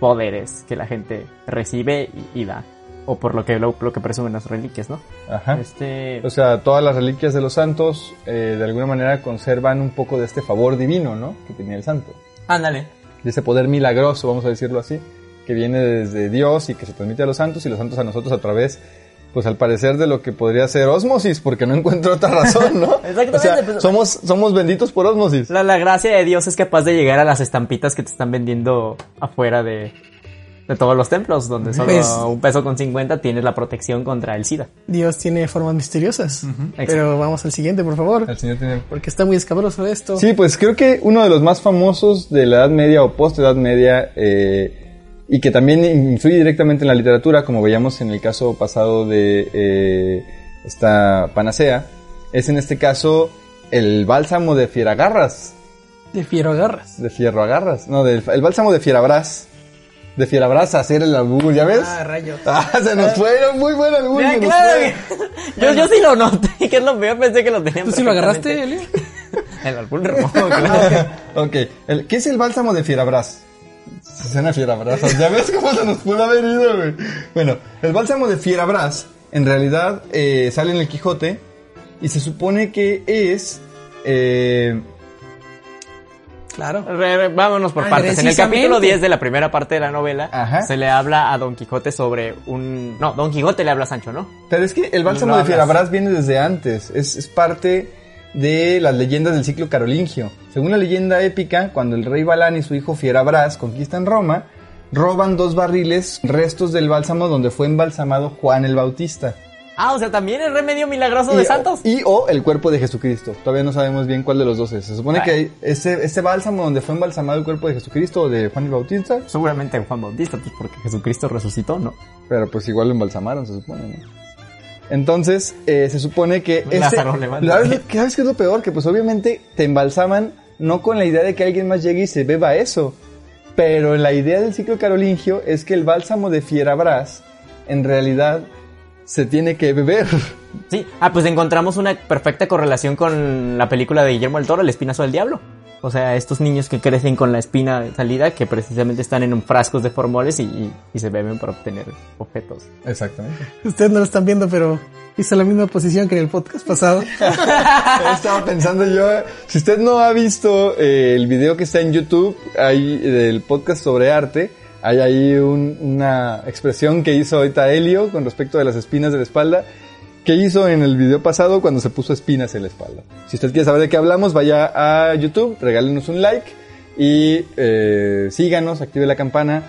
[SPEAKER 4] poderes que la gente recibe y, y da. O por lo que, lo, lo que presumen las reliquias, ¿no?
[SPEAKER 2] Ajá.
[SPEAKER 4] Este,
[SPEAKER 2] O sea, todas las reliquias de los santos, eh, de alguna manera, conservan un poco de este favor divino, ¿no? Que tenía el santo.
[SPEAKER 4] ándale.
[SPEAKER 2] De ese poder milagroso, vamos a decirlo así, que viene desde Dios y que se transmite a los santos y los santos a nosotros a través, pues al parecer, de lo que podría ser osmosis, porque no encuentro otra razón, ¿no?
[SPEAKER 4] Exactamente,
[SPEAKER 2] O sea,
[SPEAKER 4] pues-
[SPEAKER 2] somos, somos benditos por osmosis.
[SPEAKER 4] La, la gracia de Dios es capaz de llegar a las estampitas que te están vendiendo afuera de, de todos los templos, donde solo
[SPEAKER 3] Pues-
[SPEAKER 4] un peso con 50 tienes la protección contra el SIDA.
[SPEAKER 3] Dios tiene formas misteriosas. Pero vamos al siguiente, por favor.
[SPEAKER 2] El Señor tiene
[SPEAKER 3] Porque está muy escabroso esto.
[SPEAKER 2] Sí, pues creo que uno de los más famosos de la Edad Media o post-Edad Media eh, y que también influye directamente en la literatura, como veíamos en el caso pasado de eh, esta panacea, es en este caso el bálsamo de Fieragarras,
[SPEAKER 3] De fiero agarras.
[SPEAKER 2] de Fierroagarras, no, del, el bálsamo de Fierabras, de Fierabras, hacer el albur, ¿ya ves?
[SPEAKER 3] Ah, rayos.
[SPEAKER 2] Ah, se nos fueron, muy ¿eh? buen albur.
[SPEAKER 4] Mira,
[SPEAKER 2] se nos
[SPEAKER 4] claro
[SPEAKER 2] fue.
[SPEAKER 4] que- Yo, yo sí lo noté, que es lo peor, pensé que lo tenían
[SPEAKER 3] ¿Tú sí lo agarraste, Eli?
[SPEAKER 4] perfectamente. El álbum rojo, claro.
[SPEAKER 2] Ah, Ok, el- ¿qué es el bálsamo de Fierabras? Se suena a Fierabras, ya ves cómo se nos pudo haber ido, güey. Bueno, el bálsamo de Fierabras, en realidad, eh, sale en el Quijote y se supone que es... eh,
[SPEAKER 3] Claro.
[SPEAKER 4] Re- re- vámonos por
[SPEAKER 3] Ay,
[SPEAKER 4] partes. En el
[SPEAKER 3] precisamente.
[SPEAKER 4] capítulo 10 de la primera parte de la novela,
[SPEAKER 2] Ah, Ajá.
[SPEAKER 4] se le habla a Don Quijote sobre un... No, Don Quijote le habla a Sancho, ¿no?
[SPEAKER 2] pero es que el bálsamo
[SPEAKER 4] No
[SPEAKER 2] de
[SPEAKER 4] hablas.
[SPEAKER 2] Fierabras viene desde antes, es, es parte de las leyendas del ciclo carolingio. Según la leyenda épica, cuando el rey Balán y su hijo Fierabras conquistan Roma, roban dos barriles, restos del bálsamo donde fue embalsamado Juan el Bautista.
[SPEAKER 4] Ah, o sea, también el remedio milagroso de
[SPEAKER 2] Y- oh,
[SPEAKER 4] santos.
[SPEAKER 2] Y o el cuerpo de Jesucristo. Todavía no sabemos bien cuál de los dos es. Se supone
[SPEAKER 4] Bueno.
[SPEAKER 2] que ese, ese bálsamo donde fue embalsamado el cuerpo de Jesucristo o de Juan el Bautista,
[SPEAKER 4] Seguramente Juan Bautista, pues porque Jesucristo resucitó, ¿no?
[SPEAKER 2] pero pues igual lo embalsamaron, se supone, ¿no? Entonces, eh, se supone que... ese-
[SPEAKER 4] Lázaro, levántate.
[SPEAKER 2] ¿Sabes lo- ¿Sabes qué es lo peor? Que pues obviamente te embalsaman no con la idea de que alguien más llegue y se beba eso, pero la idea del ciclo carolingio es que el bálsamo de Fierabras en realidad se tiene que beber.
[SPEAKER 4] Sí, ah, pues encontramos una perfecta correlación con la película de Guillermo del Toro, El Espinazo del Diablo. O sea, estos niños que crecen con la espina de salida, que precisamente están en un frascos de formoles y, y- y se beben para obtener objetos.
[SPEAKER 2] Exactamente.
[SPEAKER 3] Ustedes no lo están viendo, pero hizo la misma posición que en el podcast pasado.
[SPEAKER 2] Estaba pensando yo, eh, si usted no ha visto eh, el video que está en YouTube, hay del podcast sobre arte, hay ahí un- una expresión que hizo ahorita Helio con respecto de las espinas de la espalda, que hizo en el video pasado cuando se puso espinas en la espalda. Si usted quiere saber de qué hablamos, vaya a YouTube, regálenos un like y eh, síganos, active la campana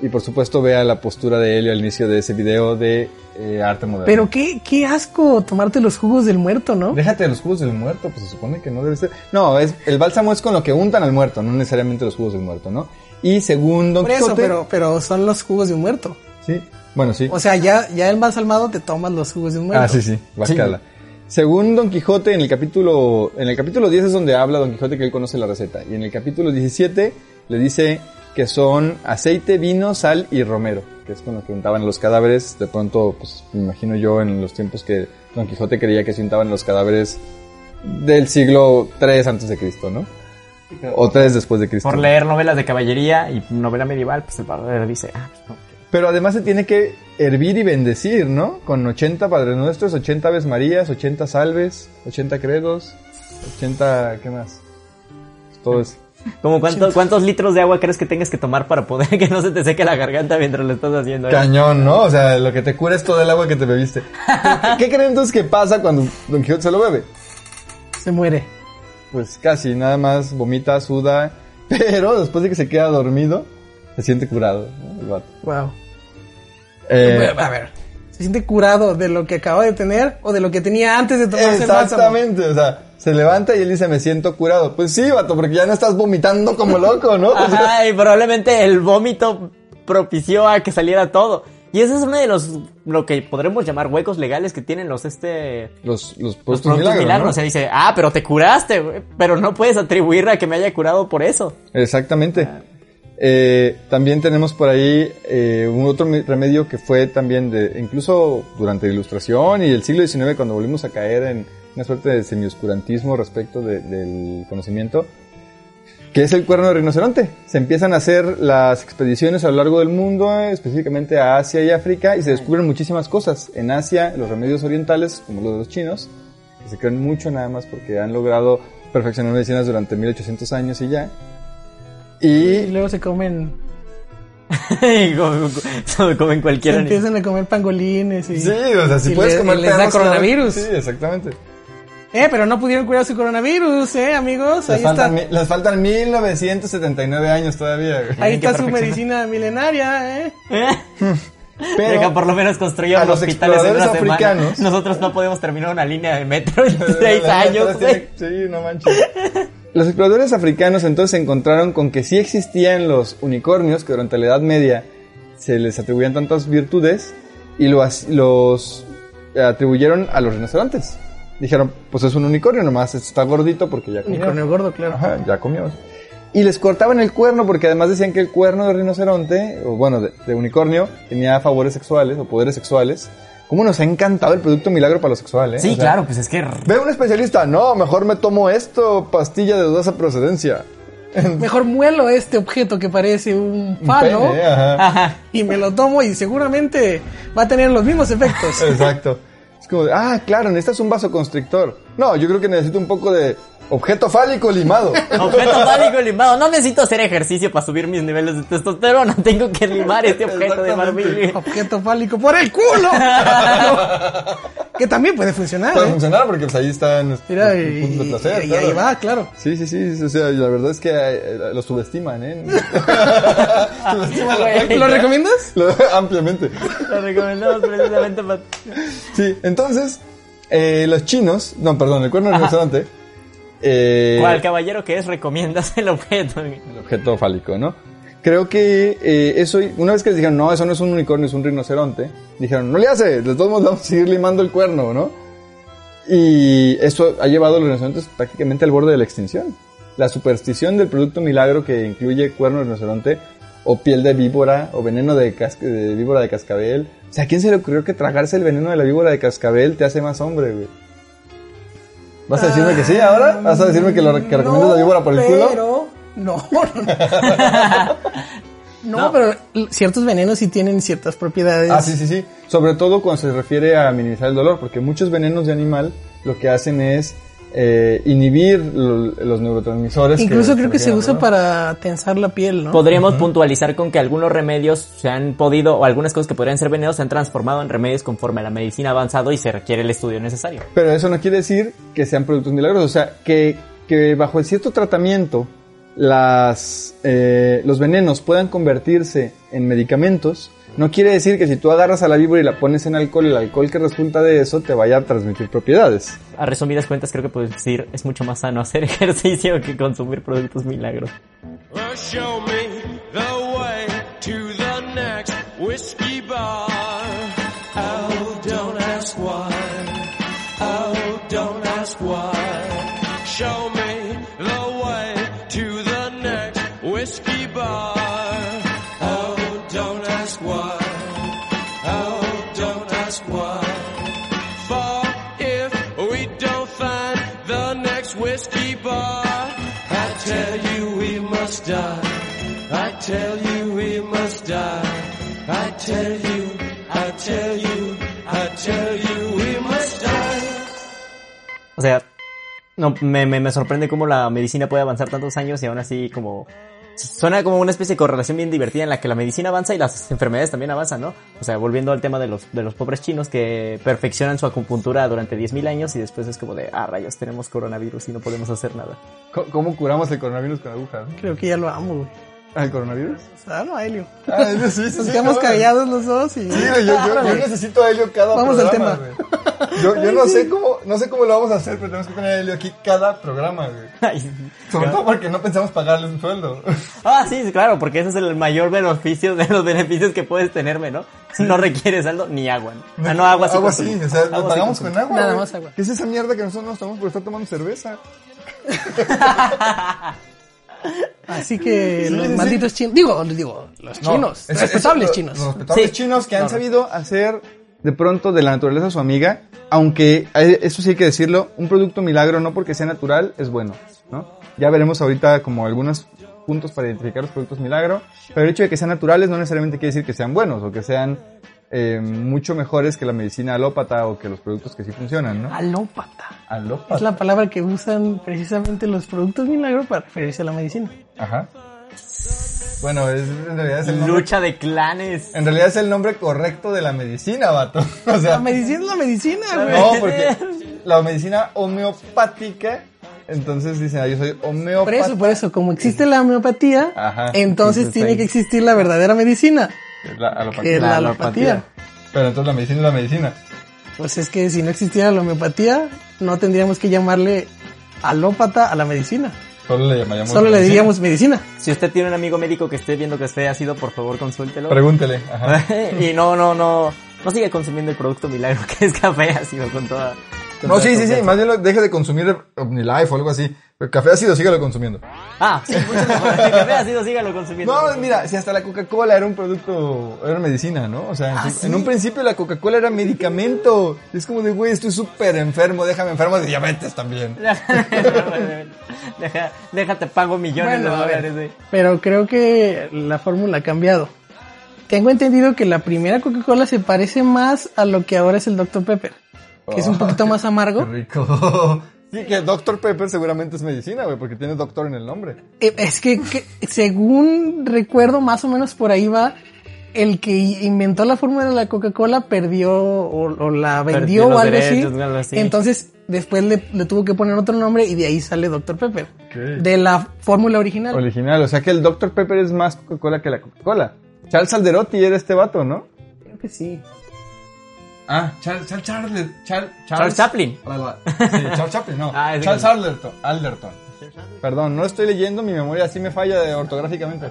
[SPEAKER 2] y por supuesto vea la postura de Helio al inicio de ese video de eh, arte moderno.
[SPEAKER 3] Pero qué, qué asco tomarte los jugos del muerto, ¿no?
[SPEAKER 2] Déjate los jugos del muerto, pues se supone que no debe ser. No, es, el bálsamo es con lo que untan al muerto, no necesariamente los jugos del muerto, ¿no? Y según Don
[SPEAKER 3] Por eso,
[SPEAKER 2] Quijote-
[SPEAKER 3] pero, pero son los jugos de un muerto.
[SPEAKER 2] Sí, bueno, sí.
[SPEAKER 3] O sea, ya, ya el balsamado te tomas los jugos de un muerto.
[SPEAKER 2] ah, sí, sí, guacala. Según Don Quijote, en el capítulo en el capítulo 10 es donde habla Don Quijote que él conoce la receta. Y en el capítulo 17 le dice que son aceite, vino, sal y romero, que es con lo que untaban los cadáveres. De pronto, pues me imagino yo en los tiempos que Don Quijote creía que se untaban los cadáveres del siglo 3 antes de Cristo, ¿no? O 3 después de Cristo.
[SPEAKER 4] Por leer novelas de caballería y novela medieval, pues el verdadero dice, ah, pues no, que-
[SPEAKER 2] Pero además se tiene que hervir y bendecir, ¿no? Con 80 Padres Nuestros, 80 Aves Marías, 80 Salves, 80 Credos, 80... ¿qué más? Todo eso.
[SPEAKER 4] Como cuánto- cuántos litros de agua crees que tengas que tomar para poder que no se te seque la garganta mientras lo estás haciendo. eh?
[SPEAKER 2] Cañón, ¿no? O sea, lo que te cura es todo el agua que te bebiste. ¿Qué creen entonces que pasa cuando Don Quijote se lo bebe?
[SPEAKER 3] Se muere.
[SPEAKER 2] Pues casi, nada más vomita, suda, pero después de que se queda dormido, se siente curado, ¿no? El vato.
[SPEAKER 3] Wow.
[SPEAKER 2] Eh,
[SPEAKER 3] a ver. Si se siente curado de lo que acaba de tener o de lo que tenía antes de tomarse el bálsamo.
[SPEAKER 2] Exactamente, o sea, se levanta y él dice, me siento curado. Pues sí, vato, porque ya no estás vomitando como loco, ¿no? O sea,
[SPEAKER 4] Ajá, y probablemente el vómito propició a que saliera todo. Y ese es uno de los, lo que podremos llamar huecos legales que tienen los, este,
[SPEAKER 2] los, los
[SPEAKER 4] los
[SPEAKER 2] productos
[SPEAKER 4] productos
[SPEAKER 2] milagros,
[SPEAKER 4] milagros.
[SPEAKER 2] ¿no?
[SPEAKER 4] O sea, dice, ah, pero te curaste, güey, pero no puedes atribuir a que me haya curado por eso.
[SPEAKER 2] Exactamente. Eh, también tenemos por ahí eh, un otro mi- remedio que fue también de, incluso durante la Ilustración y el siglo XIX, cuando volvimos a caer en una suerte de semioscurantismo respecto de- del conocimiento, que es el cuerno de rinoceronte. Se empiezan a hacer las expediciones a lo largo del mundo, eh, específicamente a Asia y África, y se descubren muchísimas cosas. En Asia, los remedios orientales, como los de los chinos, que se creen mucho nada más porque han logrado perfeccionar medicinas durante 1800 años y ya.
[SPEAKER 3] Y
[SPEAKER 2] Y
[SPEAKER 3] luego se comen,
[SPEAKER 4] Y como- como- comen cualquier
[SPEAKER 3] se
[SPEAKER 4] animal.
[SPEAKER 3] empiezan a comer pangolines y...
[SPEAKER 2] sí, o sea, si
[SPEAKER 3] Y
[SPEAKER 2] puedes
[SPEAKER 3] le-
[SPEAKER 2] comer
[SPEAKER 3] y les da
[SPEAKER 2] perros, claro,
[SPEAKER 3] coronavirus.
[SPEAKER 2] Sí, exactamente.
[SPEAKER 3] Eh, pero no pudieron curar su coronavirus, eh,
[SPEAKER 2] Les
[SPEAKER 3] amigos. Ahí está,
[SPEAKER 2] faltan, mi- les faltan 1979 años todavía. güey.
[SPEAKER 3] ahí
[SPEAKER 4] Hay que
[SPEAKER 3] está su
[SPEAKER 4] perfeccionar.
[SPEAKER 3] medicina milenaria, eh.
[SPEAKER 2] Pero
[SPEAKER 4] Deja, por lo menos construyó
[SPEAKER 2] a los
[SPEAKER 4] hospitales en una
[SPEAKER 2] exploradores
[SPEAKER 4] semana.
[SPEAKER 2] africanos.
[SPEAKER 4] Nosotros no podemos terminar una línea de metro en
[SPEAKER 2] Pero
[SPEAKER 4] seis
[SPEAKER 2] la neta
[SPEAKER 4] años,
[SPEAKER 2] tiene-
[SPEAKER 4] güey.
[SPEAKER 2] Sí, no manches. Los exploradores africanos entonces se encontraron con que sí existían los unicornios, que durante la Edad Media se les atribuían tantas virtudes, y lo as- los atribuyeron a los rinocerontes. Dijeron, pues es un unicornio, nomás está gordito porque ya comió.
[SPEAKER 3] Unicornio gordo, claro.
[SPEAKER 2] Ajá, ya comió. Y les cortaban el cuerno porque además decían que el cuerno de rinoceronte, o bueno, de, de unicornio, tenía favores sexuales o poderes sexuales. ¿Cómo nos ha encantado el producto milagro para eh? los sexuales?
[SPEAKER 4] Sí, claro, pues es que
[SPEAKER 2] Ve a un especialista, no, mejor me tomo esto, pastilla de dudosa procedencia.
[SPEAKER 3] Ah, Mejor muelo este objeto que parece un palo
[SPEAKER 2] Pene, ajá.
[SPEAKER 4] Ajá.
[SPEAKER 3] y me lo tomo y seguramente va a tener los mismos efectos.
[SPEAKER 2] Exacto. Es como, de, ah, claro, necesitas un vasoconstrictor. No, yo creo que necesito un poco de objeto fálico limado.
[SPEAKER 4] Objeto fálico limado. No necesito hacer ejercicio para subir mis niveles de testosterona. Tengo que limar este objeto de marfil.
[SPEAKER 3] objeto fálico por el culo. que también puede funcionar.
[SPEAKER 2] Puede
[SPEAKER 3] ¿eh?
[SPEAKER 2] funcionar porque pues, ahí están los
[SPEAKER 3] Mira, y,
[SPEAKER 2] puntos de placer.
[SPEAKER 3] y
[SPEAKER 2] claro.
[SPEAKER 3] ahí va, claro.
[SPEAKER 2] Sí, sí, sí, o sea, la verdad es que eh, lo subestiman, ¿eh? subestiman la
[SPEAKER 4] Güey.
[SPEAKER 3] ¿Lo recomiendas?
[SPEAKER 2] Lo- ampliamente.
[SPEAKER 4] Lo recomendamos precisamente para...
[SPEAKER 2] Sí, entonces, eh, los chinos, no, perdón, el cuerno del rinoceronte. eh,
[SPEAKER 4] Cual caballero que es, recomiendas el objeto.
[SPEAKER 2] el objeto fálico, ¿no? Creo que eh, eso, una vez que les dijeron, no, eso no es un unicornio, es un rinoceronte, dijeron, no le hace, de todos modos vamos a seguir limando el cuerno, ¿no? Y eso ha llevado a los rinocerontes prácticamente al borde de la extinción. La superstición del producto milagro que incluye cuerno de rinoceronte o piel de víbora o veneno de, cas- de víbora de cascabel. O sea, ¿a quién se le ocurrió que tragarse el veneno de la víbora de cascabel te hace más hombre, güey? ¿Vas a decirme que sí ahora? ¿Vas a decirme que, lo, que recomiendas la víbora por el culo?
[SPEAKER 3] Pero, no. no, pero ciertos venenos sí tienen ciertas propiedades.
[SPEAKER 2] Ah, sí, sí, sí. Sobre todo cuando se refiere a minimizar el dolor, porque muchos venenos de animal lo que hacen es eh, inhibir lo- los neurotransmisores.
[SPEAKER 3] Incluso creo que se
[SPEAKER 2] generan,
[SPEAKER 3] usa
[SPEAKER 2] ¿no?
[SPEAKER 3] para tensar la piel, ¿no?
[SPEAKER 4] Podríamos puntualizar con que algunos remedios se han podido, o algunas cosas que podrían ser venenos, se han transformado en remedios conforme a la medicina ha avanzado y se requiere el estudio necesario.
[SPEAKER 2] Pero eso no quiere decir que sean productos milagrosos, o sea, que, que bajo cierto tratamiento las, eh, los venenos puedan convertirse en medicamentos. No quiere decir que si tú agarras a la víbora y la pones en alcohol, el alcohol que resulta de eso te vaya a transmitir propiedades.
[SPEAKER 4] A resumidas cuentas, creo que puedo decir, es mucho más sano hacer ejercicio que consumir productos milagros.
[SPEAKER 5] Well, show me the way to the next whiskey bar. Oh, don't ask why. Oh, don't ask why. Show me the way to the next whiskey bar. Oh, don't ask why. Oh, don't ask why. For if we don't find the next whiskey bar, I tell you we must die. I tell you we must die. I tell you, I tell you, I tell you we must die.
[SPEAKER 4] O sea, no, me, me, me sorprende cómo la medicina puede avanzar tantos años y aún así como... Suena como una especie de correlación bien divertida en la que la medicina avanza y las enfermedades también avanzan, ¿no? O sea, volviendo al tema de los, de los pobres chinos que perfeccionan su acupuntura durante 10.000 años y después es como de, ah, rayos, tenemos coronavirus y no podemos hacer nada.
[SPEAKER 2] Co- ¿Cómo curamos el coronavirus con agujas? no?
[SPEAKER 3] Creo que ya lo amo, güey.
[SPEAKER 2] ¿Al coronavirus?
[SPEAKER 3] Ah, no, Helio.
[SPEAKER 2] Ah, sí, sí,
[SPEAKER 3] Nos
[SPEAKER 2] sí,
[SPEAKER 3] quedamos
[SPEAKER 2] no,
[SPEAKER 3] callados los dos y. Ah,
[SPEAKER 2] Sí, güey, yo, yo- yo necesito a Helio cada
[SPEAKER 3] Vamos al
[SPEAKER 2] programa. güey. Yo, yo no sé cómo, no sé cómo lo vamos a hacer, pero tenemos que poner a Helio aquí cada programa, güey. Sobre todo porque no pensamos pagarle un sueldo.
[SPEAKER 4] Ah, sí, claro, porque ese es el mayor beneficio de los beneficios que puedes tenerme, ¿no? No requieres saldo ni agua. ¿no? Ah, no, agua sí.
[SPEAKER 2] Agua
[SPEAKER 4] consumo.
[SPEAKER 2] sí, o sea, lo
[SPEAKER 4] Agua sí
[SPEAKER 2] pagamos
[SPEAKER 4] consumo.
[SPEAKER 2] con agua.
[SPEAKER 3] Nada
[SPEAKER 2] güey.
[SPEAKER 3] más agua.
[SPEAKER 2] ¿Qué es esa mierda que nosotros nos tomamos por estar tomando cerveza?
[SPEAKER 3] Así que
[SPEAKER 2] Sí,
[SPEAKER 3] los
[SPEAKER 2] sí, sí.
[SPEAKER 3] malditos chinos. Digo, digo, los
[SPEAKER 2] No,
[SPEAKER 3] chinos.
[SPEAKER 2] es- es-
[SPEAKER 3] respetables
[SPEAKER 2] lo-
[SPEAKER 3] chinos.
[SPEAKER 2] Los respetables
[SPEAKER 4] Sí.
[SPEAKER 2] chinos que han sabido hacer de pronto de la naturaleza su amiga, aunque eh, eso sí hay que decirlo, un producto milagro no porque sea natural es bueno, ¿no? Ya veremos ahorita como algunos puntos para identificar los productos milagro, pero el hecho de que sean naturales no necesariamente quiere decir que sean buenos o que sean eh, mucho mejores que la medicina alópata o que los productos que sí funcionan, ¿no?
[SPEAKER 3] Alópata.
[SPEAKER 2] Alópata.
[SPEAKER 3] Es la palabra que usan precisamente los productos milagro para referirse a la medicina.
[SPEAKER 2] Ajá. Bueno, es- en realidad es el nombre,
[SPEAKER 4] Lucha de clanes.
[SPEAKER 2] en realidad es el nombre correcto de la medicina, vato. O sea,
[SPEAKER 3] La medicina es la medicina, güey.
[SPEAKER 2] No, porque la medicina homeopática, entonces dicen, ah, yo soy homeopata.
[SPEAKER 3] Por eso, por eso, como existe la homeopatía,
[SPEAKER 2] Ajá.
[SPEAKER 3] entonces
[SPEAKER 4] Entonces,
[SPEAKER 3] tiene
[SPEAKER 4] ahí.
[SPEAKER 3] que existir la verdadera medicina,
[SPEAKER 2] Es la alopatía.
[SPEAKER 3] que es la
[SPEAKER 4] La
[SPEAKER 3] alopatía.
[SPEAKER 2] Pero entonces la medicina es la medicina.
[SPEAKER 3] Pues es que si no existiera la homeopatía, no tendríamos que llamarle alópata a la medicina.
[SPEAKER 2] Solo le llamaríamos.
[SPEAKER 3] Solo le
[SPEAKER 2] medicina.
[SPEAKER 3] diríamos medicina.
[SPEAKER 4] Si usted tiene un amigo médico que esté viendo que esté ácido, por favor, consúltelo.
[SPEAKER 2] Pregúntele. Ajá.
[SPEAKER 4] y no, no, no. No siga consumiendo el producto milagro que es café ácido con toda. con
[SPEAKER 2] No,
[SPEAKER 4] toda
[SPEAKER 2] sí, sí, sí.
[SPEAKER 4] confianza.
[SPEAKER 2] Más bien lo- deje de consumir OmniLife o algo así. El café ácido, sígalo consumiendo.
[SPEAKER 4] Ah, sí, muchas gracias. El café ácido, sígalo consumiendo.
[SPEAKER 2] No, mira, si hasta la Coca-Cola era un producto, era medicina, ¿no? O sea, en,
[SPEAKER 4] Ah,
[SPEAKER 2] su-
[SPEAKER 4] sí.
[SPEAKER 2] en un principio la Coca-Cola era medicamento. Es como de, güey, estoy súper enfermo, déjame enfermo de diabetes también.
[SPEAKER 4] Deja- déjate, pago millones
[SPEAKER 3] Bueno,
[SPEAKER 4] de
[SPEAKER 3] a ver.
[SPEAKER 4] dólares. güey.
[SPEAKER 3] Pero creo que la fórmula ha cambiado. Tengo entendido que la primera Coca-Cola se parece más a lo que ahora es el Dr. Pepper, que es un poquito más
[SPEAKER 2] Qué
[SPEAKER 3] amargo.
[SPEAKER 2] rico. Sí, que Dr. Pepper seguramente es medicina, güey, porque tiene doctor en el nombre.
[SPEAKER 3] Eh, Es que, que según recuerdo, más o menos por ahí va. El que inventó la fórmula de la Coca-Cola perdió o, o la vendió
[SPEAKER 4] Perdió
[SPEAKER 3] o
[SPEAKER 4] los
[SPEAKER 3] algo,
[SPEAKER 4] derechos,
[SPEAKER 3] así.
[SPEAKER 4] algo así.
[SPEAKER 3] Entonces, después le, le tuvo que poner otro nombre y de ahí sale Dr. Pepper.
[SPEAKER 2] Ok.
[SPEAKER 3] De la fórmula original.
[SPEAKER 2] Original, o sea que el Dr. Pepper es más Coca-Cola que la Coca-Cola. Charles Alderotti era este vato, ¿no?
[SPEAKER 3] Creo que sí.
[SPEAKER 2] Ah, Charles, Charles, Charles,
[SPEAKER 4] Charles Chaplin.
[SPEAKER 2] La, la- sí, Charles Chaplin, no.
[SPEAKER 4] Ah, ese
[SPEAKER 2] Charles
[SPEAKER 4] que-
[SPEAKER 2] Alderton, Alderton. Perdón, no estoy leyendo, mi memoria así me falla eh, ortográficamente.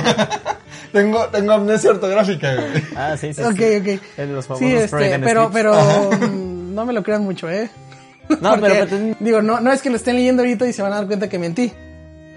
[SPEAKER 2] tengo, tengo amnesia ortográfica, güey.
[SPEAKER 4] Ah, sí, sí.
[SPEAKER 3] Ok,
[SPEAKER 4] sí.
[SPEAKER 3] ok.
[SPEAKER 4] Es de los famosos
[SPEAKER 3] Sí, este,
[SPEAKER 4] Freudian
[SPEAKER 3] pero,
[SPEAKER 4] Slips.
[SPEAKER 3] pero mm, no me lo crean mucho, ¿eh?
[SPEAKER 4] No,
[SPEAKER 3] Porque,
[SPEAKER 4] pero- pues, mm. pero-
[SPEAKER 3] digo, no, no es que lo estén leyendo ahorita y se van a dar cuenta que mentí.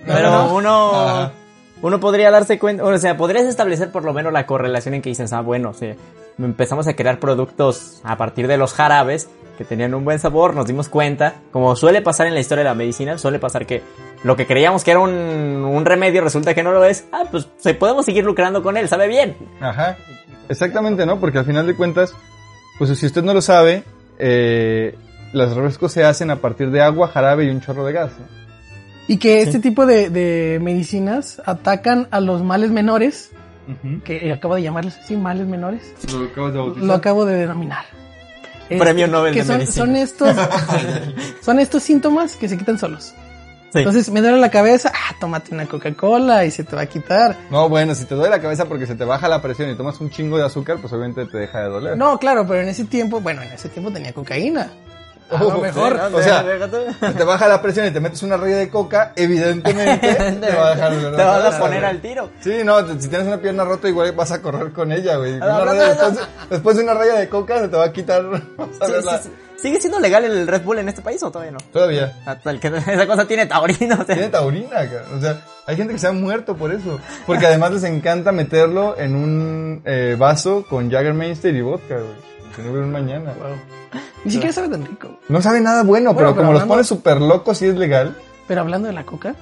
[SPEAKER 4] Pero
[SPEAKER 2] Ajá.
[SPEAKER 4] uno.
[SPEAKER 2] Ajá.
[SPEAKER 4] Uno podría darse cuenta. O sea, podrías establecer por lo menos la correlación en que dices, ah, bueno, sí. Empezamos a crear productos a partir de los jarabes que tenían un buen sabor. Nos dimos cuenta, como suele pasar en la historia de la medicina, suele pasar que lo que creíamos que era un, un remedio resulta que no lo es. Ah, pues se podemos seguir lucrando con él, sabe bien.
[SPEAKER 2] Ajá. Exactamente, ¿no? Porque al final de cuentas, pues si usted no lo sabe, eh, los refrescos se hacen a partir de agua, jarabe y un chorro de gas. ¿no?
[SPEAKER 3] Y que este tipo de, de medicinas atacan a los males menores, que acabo de llamarles así, males menores.
[SPEAKER 2] Lo acabas de bautizar.
[SPEAKER 3] Lo acabo de denominar. Este,
[SPEAKER 4] Premio Nobel
[SPEAKER 3] que
[SPEAKER 4] de
[SPEAKER 3] son,
[SPEAKER 4] Medicina.
[SPEAKER 3] son estos son estos síntomas que se quitan solos.
[SPEAKER 4] Sí.
[SPEAKER 3] Entonces me duele la cabeza, ah, tómate una Coca-Cola y se te va a quitar.
[SPEAKER 2] No, bueno, si te duele la cabeza porque se te baja la presión y tomas un chingo de azúcar, pues obviamente te deja de doler.
[SPEAKER 3] No, claro, pero en ese tiempo, bueno, en ese tiempo tenía cocaína. A lo
[SPEAKER 2] Oh,
[SPEAKER 3] mejor.
[SPEAKER 2] sí, O sea, si te baja la presión y te metes una raya de coca, evidentemente te va a dejar de doler.
[SPEAKER 4] Te
[SPEAKER 2] la
[SPEAKER 4] vas a
[SPEAKER 2] cabeza,
[SPEAKER 4] poner
[SPEAKER 2] güey.
[SPEAKER 4] al tiro.
[SPEAKER 2] Sí, no, te- si tienes una pierna rota igual vas a correr con ella, güey. Una
[SPEAKER 4] Ah, no,
[SPEAKER 2] raya
[SPEAKER 4] no,
[SPEAKER 2] después, después de una raya de coca se te va a quitar. vas a
[SPEAKER 4] Sí,
[SPEAKER 2] ver la-
[SPEAKER 4] sí, sí. ¿Sigue siendo legal el Red Bull en este país o todavía no?
[SPEAKER 2] Todavía.
[SPEAKER 4] Hasta el que- esa cosa tiene taurino. o sea.
[SPEAKER 2] Tiene taurina, cara. o sea, hay gente que se ha muerto por eso. Porque además les encanta meterlo en un eh, vaso con Jaggermeister y vodka, güey. Que no hubiera un mañana.
[SPEAKER 3] Ni siquiera sabe tan rico.
[SPEAKER 2] No sabe nada bueno,
[SPEAKER 3] Bueno,
[SPEAKER 2] pero,
[SPEAKER 3] pero
[SPEAKER 2] como los
[SPEAKER 3] hablando-
[SPEAKER 2] pone súper locos y es legal.
[SPEAKER 3] Pero hablando de la coca,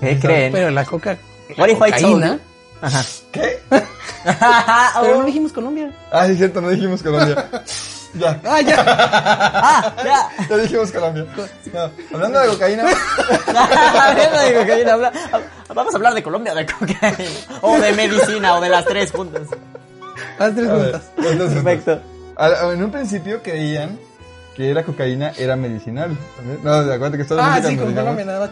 [SPEAKER 4] ¿Qué creen?
[SPEAKER 3] pero la coca,
[SPEAKER 4] What if I
[SPEAKER 3] cocaína,
[SPEAKER 4] told Ajá.
[SPEAKER 2] ¿Qué?
[SPEAKER 4] Ajá,
[SPEAKER 3] pero no
[SPEAKER 4] oh,
[SPEAKER 3] dijimos Colombia.
[SPEAKER 2] Ah, sí, es cierto, no dijimos Colombia. ya,
[SPEAKER 3] Ah, ya.
[SPEAKER 4] ah, ya.
[SPEAKER 2] ya dijimos Colombia. No, hablando de cocaína,
[SPEAKER 4] A ver, no digo que viene a hablar. Ah, Vamos a hablar de Colombia, de cocaína. O de medicina, o de las tres juntas.
[SPEAKER 3] Haz tres
[SPEAKER 2] a ver,
[SPEAKER 3] preguntas.
[SPEAKER 2] entonces,
[SPEAKER 4] Perfecto.
[SPEAKER 2] al- en un principio creían que la cocaína era medicinal. también. No, acuérdate que Estados
[SPEAKER 3] Ah,
[SPEAKER 2] Unidos
[SPEAKER 3] sí, con
[SPEAKER 2] digamos,
[SPEAKER 3] Colombia nada.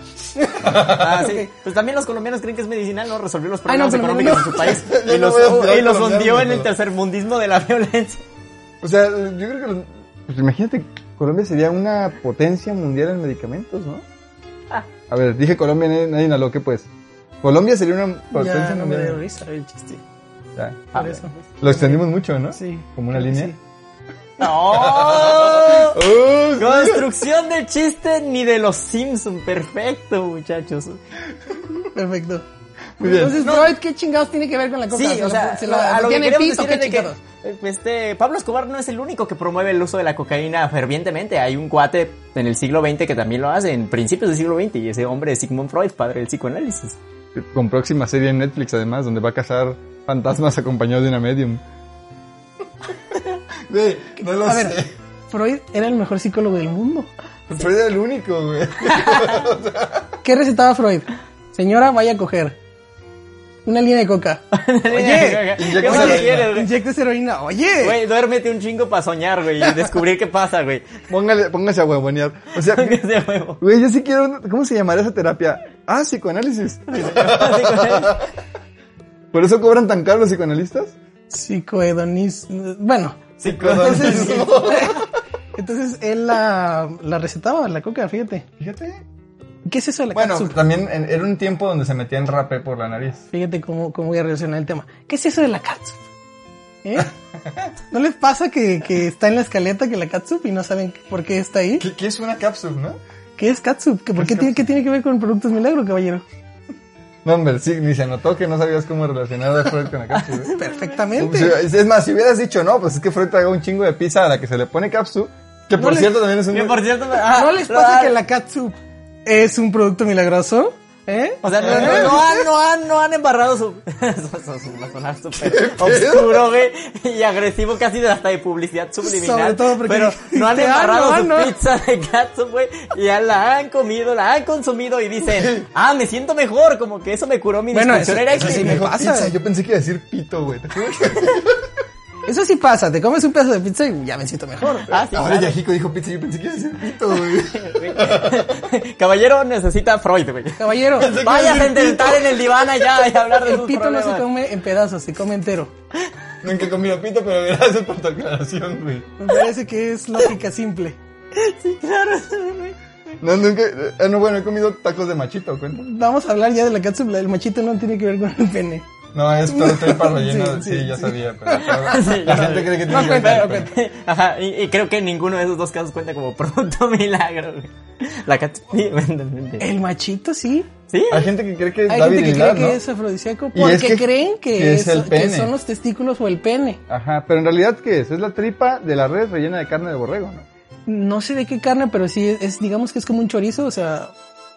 [SPEAKER 4] Ah, sí.
[SPEAKER 3] Ok.
[SPEAKER 4] Pues también los colombianos creen que es medicinal, no resolvió los
[SPEAKER 3] Ay, no,
[SPEAKER 4] problemas
[SPEAKER 3] pero
[SPEAKER 4] económicos
[SPEAKER 3] no.
[SPEAKER 4] de su país
[SPEAKER 2] Yo
[SPEAKER 4] y
[SPEAKER 2] no
[SPEAKER 4] los,
[SPEAKER 2] voy a odiar
[SPEAKER 4] y los
[SPEAKER 2] colombianos,
[SPEAKER 4] hundió en el
[SPEAKER 2] no.
[SPEAKER 4] tercermundismo de la violencia.
[SPEAKER 2] O sea, yo creo que... los- Pues imagínate, Colombia sería una potencia mundial en medicamentos, ¿no?
[SPEAKER 4] Ah.
[SPEAKER 2] A ver, dije Colombia, nadie, nadie lo que pues. Colombia sería una potencia
[SPEAKER 3] Ya no me dio
[SPEAKER 2] mundial.
[SPEAKER 3] risa el chiste.
[SPEAKER 2] Ya. Ah,
[SPEAKER 4] A
[SPEAKER 3] Por
[SPEAKER 4] ver.
[SPEAKER 3] eso.
[SPEAKER 2] Lo extendimos mucho, ¿no?
[SPEAKER 3] Sí.
[SPEAKER 2] Como una
[SPEAKER 3] creo que
[SPEAKER 2] línea.
[SPEAKER 3] sí.
[SPEAKER 4] ¡No!
[SPEAKER 2] ¡Oh!
[SPEAKER 4] Construcción de chiste ni de los Simpson, perfecto, muchachos.
[SPEAKER 3] Perfecto.
[SPEAKER 2] Muy bien.
[SPEAKER 3] Entonces, Freud, ¿qué chingados tiene que ver con la coca?
[SPEAKER 4] Sí, o sea,
[SPEAKER 3] ¿se
[SPEAKER 4] a- a lo que
[SPEAKER 3] tiene
[SPEAKER 4] queremos
[SPEAKER 3] pito,
[SPEAKER 4] decir es
[SPEAKER 3] qué
[SPEAKER 4] de que
[SPEAKER 3] chingados?
[SPEAKER 4] eh, este, Pablo Escobar no es el único que promueve el uso de la cocaína fervientemente. Hay un cuate en el siglo XX que también lo hace, en principios del siglo XX, y ese hombre es Sigmund Freud, padre del psicoanálisis.
[SPEAKER 2] Con próxima serie en Netflix, además, donde va a cazar fantasmas acompañado de una medium. Güey, no lo
[SPEAKER 3] A ver, Freud era el mejor psicólogo del mundo.
[SPEAKER 2] Freud era el único, güey.
[SPEAKER 3] ¿Qué recetaba Freud? Señora, vaya a coger. Una línea de coca. Oye,
[SPEAKER 4] ¿qué
[SPEAKER 2] inyecta
[SPEAKER 4] más
[SPEAKER 2] heroína.
[SPEAKER 4] quieres, güey?
[SPEAKER 3] Inyectes heroína. Oye.
[SPEAKER 4] Güey, duérmete un chingo para soñar, güey, y descubrir qué pasa, güey.
[SPEAKER 2] Póngale, póngase a huevonear. O sea,
[SPEAKER 4] Que sea huevo.
[SPEAKER 2] güey, yo sí quiero... un- ¿Cómo se llamaría esa terapia? Ah, psicoanálisis.
[SPEAKER 4] Así con él.
[SPEAKER 2] ¿Por eso cobran tan caro los psicoanalistas?
[SPEAKER 3] Psicohedonismo. Bueno, entonces, entonces él la, la recetaba, la coca, fíjate.
[SPEAKER 2] Fíjate.
[SPEAKER 3] ¿Qué es eso de la
[SPEAKER 2] Bueno,
[SPEAKER 3] cápsula?
[SPEAKER 2] también en- era un tiempo donde se metían rape por la nariz.
[SPEAKER 3] Fíjate cómo, cómo voy a relacionar el tema. ¿Qué es eso de la catsup? ¿Eh? ¿No les pasa que, que está en la escaleta que la catsup y no saben por qué está ahí?
[SPEAKER 2] ¿Qué, qué es una cápsula, no?
[SPEAKER 3] ¿Qué es catsup? ¿Qué, ¿Por qué tiene, qué tiene que ver con productos milagro, caballero?
[SPEAKER 2] No, hombre, sí, ni se notó que no sabías cómo relacionar a Freud con la cápsula.
[SPEAKER 3] Perfectamente.
[SPEAKER 2] Sí, Es más, si hubieras dicho no, pues es que Freud traga un chingo de pizza a la que se le pone capsu, que por
[SPEAKER 3] le-
[SPEAKER 2] cierto también es un...
[SPEAKER 4] Que por cierto, ah,
[SPEAKER 3] ¿No les pasa que la catsup es un producto milagroso? ¿Eh?
[SPEAKER 4] O sea, no, no, no han, no, han, no han embarrado su... su- su- Va a sonar súper oscuro, güey, y agresivo casi de- hasta de publicidad subliminal.
[SPEAKER 3] Sobre todo porque
[SPEAKER 4] Pero no han
[SPEAKER 3] dijiste, ah,
[SPEAKER 4] embarrado
[SPEAKER 3] no,
[SPEAKER 4] su
[SPEAKER 3] no.
[SPEAKER 4] pizza de gato, güey, y ya la han comido, la han consumido y dicen, ah, me siento mejor, como que eso me curó mi
[SPEAKER 3] Bueno, eso-
[SPEAKER 4] disfunción
[SPEAKER 3] eso
[SPEAKER 4] eréctil".
[SPEAKER 3] sí
[SPEAKER 2] Me dijo,
[SPEAKER 3] pasa.
[SPEAKER 2] "Pizza", yo pensé que iba a decir pito, güey. ¿te acuerdas?
[SPEAKER 3] Eso sí pasa, te comes un pedazo de pizza y ya me siento mejor.
[SPEAKER 4] Ah, sí,
[SPEAKER 2] Ahora Yajico dijo pizza, yo pensé que iba a decir pito, güey.
[SPEAKER 4] güey. Caballero necesita Freud, güey.
[SPEAKER 3] Caballero,
[SPEAKER 4] Vaya a sentar en el diván allá y hablar de
[SPEAKER 3] el
[SPEAKER 4] sus
[SPEAKER 3] pito no se
[SPEAKER 4] problemas.
[SPEAKER 3] come en pedazos, se come entero.
[SPEAKER 2] Nunca he comido pito, pero gracias por tu aclaración, güey.
[SPEAKER 3] Me parece que es lógica simple.
[SPEAKER 4] Sí, claro, güey.
[SPEAKER 2] No, nunca... eh, no, bueno, he comido tacos de machito, cuenta.
[SPEAKER 3] Vamos a hablar ya de la cápsula. El machito no tiene que ver con el pene.
[SPEAKER 2] No, es todo tripa relleno, sí,
[SPEAKER 3] Sí, sí,
[SPEAKER 2] ya
[SPEAKER 3] sí.
[SPEAKER 2] sabía, pero...
[SPEAKER 4] Sí,
[SPEAKER 2] la
[SPEAKER 4] ya
[SPEAKER 2] gente
[SPEAKER 4] sabía.
[SPEAKER 2] cree que
[SPEAKER 3] No
[SPEAKER 2] tiene que
[SPEAKER 3] cuenta,
[SPEAKER 2] ver,
[SPEAKER 3] no
[SPEAKER 2] pero-
[SPEAKER 3] cuenta.
[SPEAKER 4] Ajá, y, y creo que ninguno de esos dos casos cuenta como producto milagro. güey. La cat... Sí, evidentemente.
[SPEAKER 3] El Ah, machito sí.
[SPEAKER 4] Sí,
[SPEAKER 2] Hay gente que cree que es
[SPEAKER 3] Hay
[SPEAKER 2] la
[SPEAKER 3] gente que
[SPEAKER 2] virilidad,
[SPEAKER 3] cree que
[SPEAKER 2] ¿no?
[SPEAKER 3] es afrodisíaco
[SPEAKER 2] Y
[SPEAKER 3] porque
[SPEAKER 2] es que-
[SPEAKER 3] creen que,
[SPEAKER 2] que es
[SPEAKER 3] eso-
[SPEAKER 2] el pene.
[SPEAKER 3] que son los testículos o el pene.
[SPEAKER 2] Ajá, pero en realidad, ¿qué es? Es la tripa de la red rellena de carne de borrego, ¿no?
[SPEAKER 3] No sé de qué carne, pero sí es, es- digamos que es como un chorizo, o sea,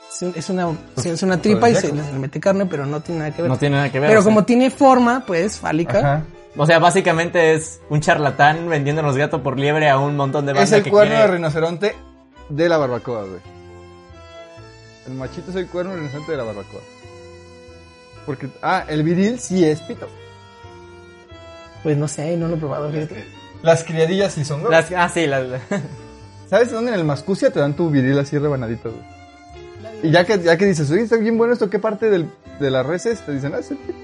[SPEAKER 3] es un- es una, es una tripa y se
[SPEAKER 2] afrodisíaco.
[SPEAKER 3] le se le mete carne, pero no tiene nada que ver.
[SPEAKER 4] no tiene nada que ver.
[SPEAKER 3] pero
[SPEAKER 4] o sea.
[SPEAKER 3] como tiene forma, pues, fálica.
[SPEAKER 2] Ajá.
[SPEAKER 4] O sea, básicamente es un charlatán vendiéndonos gato por liebre a un montón de banda
[SPEAKER 2] Es el
[SPEAKER 4] que
[SPEAKER 2] cuerno
[SPEAKER 4] quiere-
[SPEAKER 2] de rinoceronte de la barbacoa, güey. El machito es el cuerno de rinoceronte de la barbacoa. Porque, ah, el viril sí es pito.
[SPEAKER 3] Pues no sé, no lo he probado. fíjate.
[SPEAKER 2] Las criadillas sí son, güey.
[SPEAKER 4] Las- Ah, sí, las...
[SPEAKER 2] ¿Sabes dónde? En el mascucia te dan tu viril así rebanadito, güey. Y ya que, ya que dices, oye, está bien bueno esto, ¿qué parte del, de la res es? Te dicen, ah, es el pito.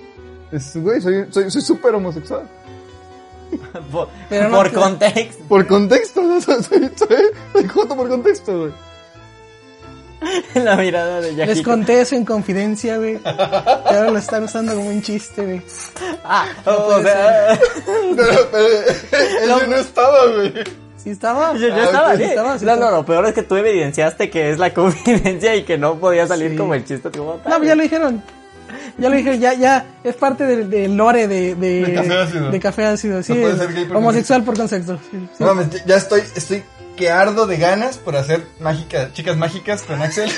[SPEAKER 2] Dices, güey, soy súper soy, súper homosexual.
[SPEAKER 4] por,
[SPEAKER 3] Pero no
[SPEAKER 4] por
[SPEAKER 3] te-
[SPEAKER 4] contexto.
[SPEAKER 2] Por contexto, ¿no? soy, soy, soy, soy joto por contexto, güey.
[SPEAKER 4] La mirada de
[SPEAKER 3] Les
[SPEAKER 4] Yajico.
[SPEAKER 3] conté eso en confidencia, güey. Y ahora lo están usando como un chiste, güey.
[SPEAKER 4] Ah, o
[SPEAKER 3] puede
[SPEAKER 4] sea,
[SPEAKER 2] Pero, pero, ese no estaba, güey.
[SPEAKER 3] Sí estaba.
[SPEAKER 4] yo, yo
[SPEAKER 2] Ah,
[SPEAKER 4] estaba,
[SPEAKER 2] ok.
[SPEAKER 4] sí.
[SPEAKER 3] Estaba, sí
[SPEAKER 4] No, no,
[SPEAKER 3] estaba.
[SPEAKER 4] lo peor es que tú evidenciaste que es la confidencia y que no podía salir
[SPEAKER 3] Sí.
[SPEAKER 4] como el chiste como tal.
[SPEAKER 3] No, pues ya lo dijeron. Ya lo dijeron, ya, ya. Es parte del, del lore de, de,
[SPEAKER 2] De café ácido.
[SPEAKER 3] de café ácido, sí.
[SPEAKER 2] No puede ser gay por
[SPEAKER 3] homosexual por concepto. sí, sí.
[SPEAKER 2] No mames, ya- ya estoy, estoy que ardo de ganas por hacer mágica, chicas mágicas con Axel.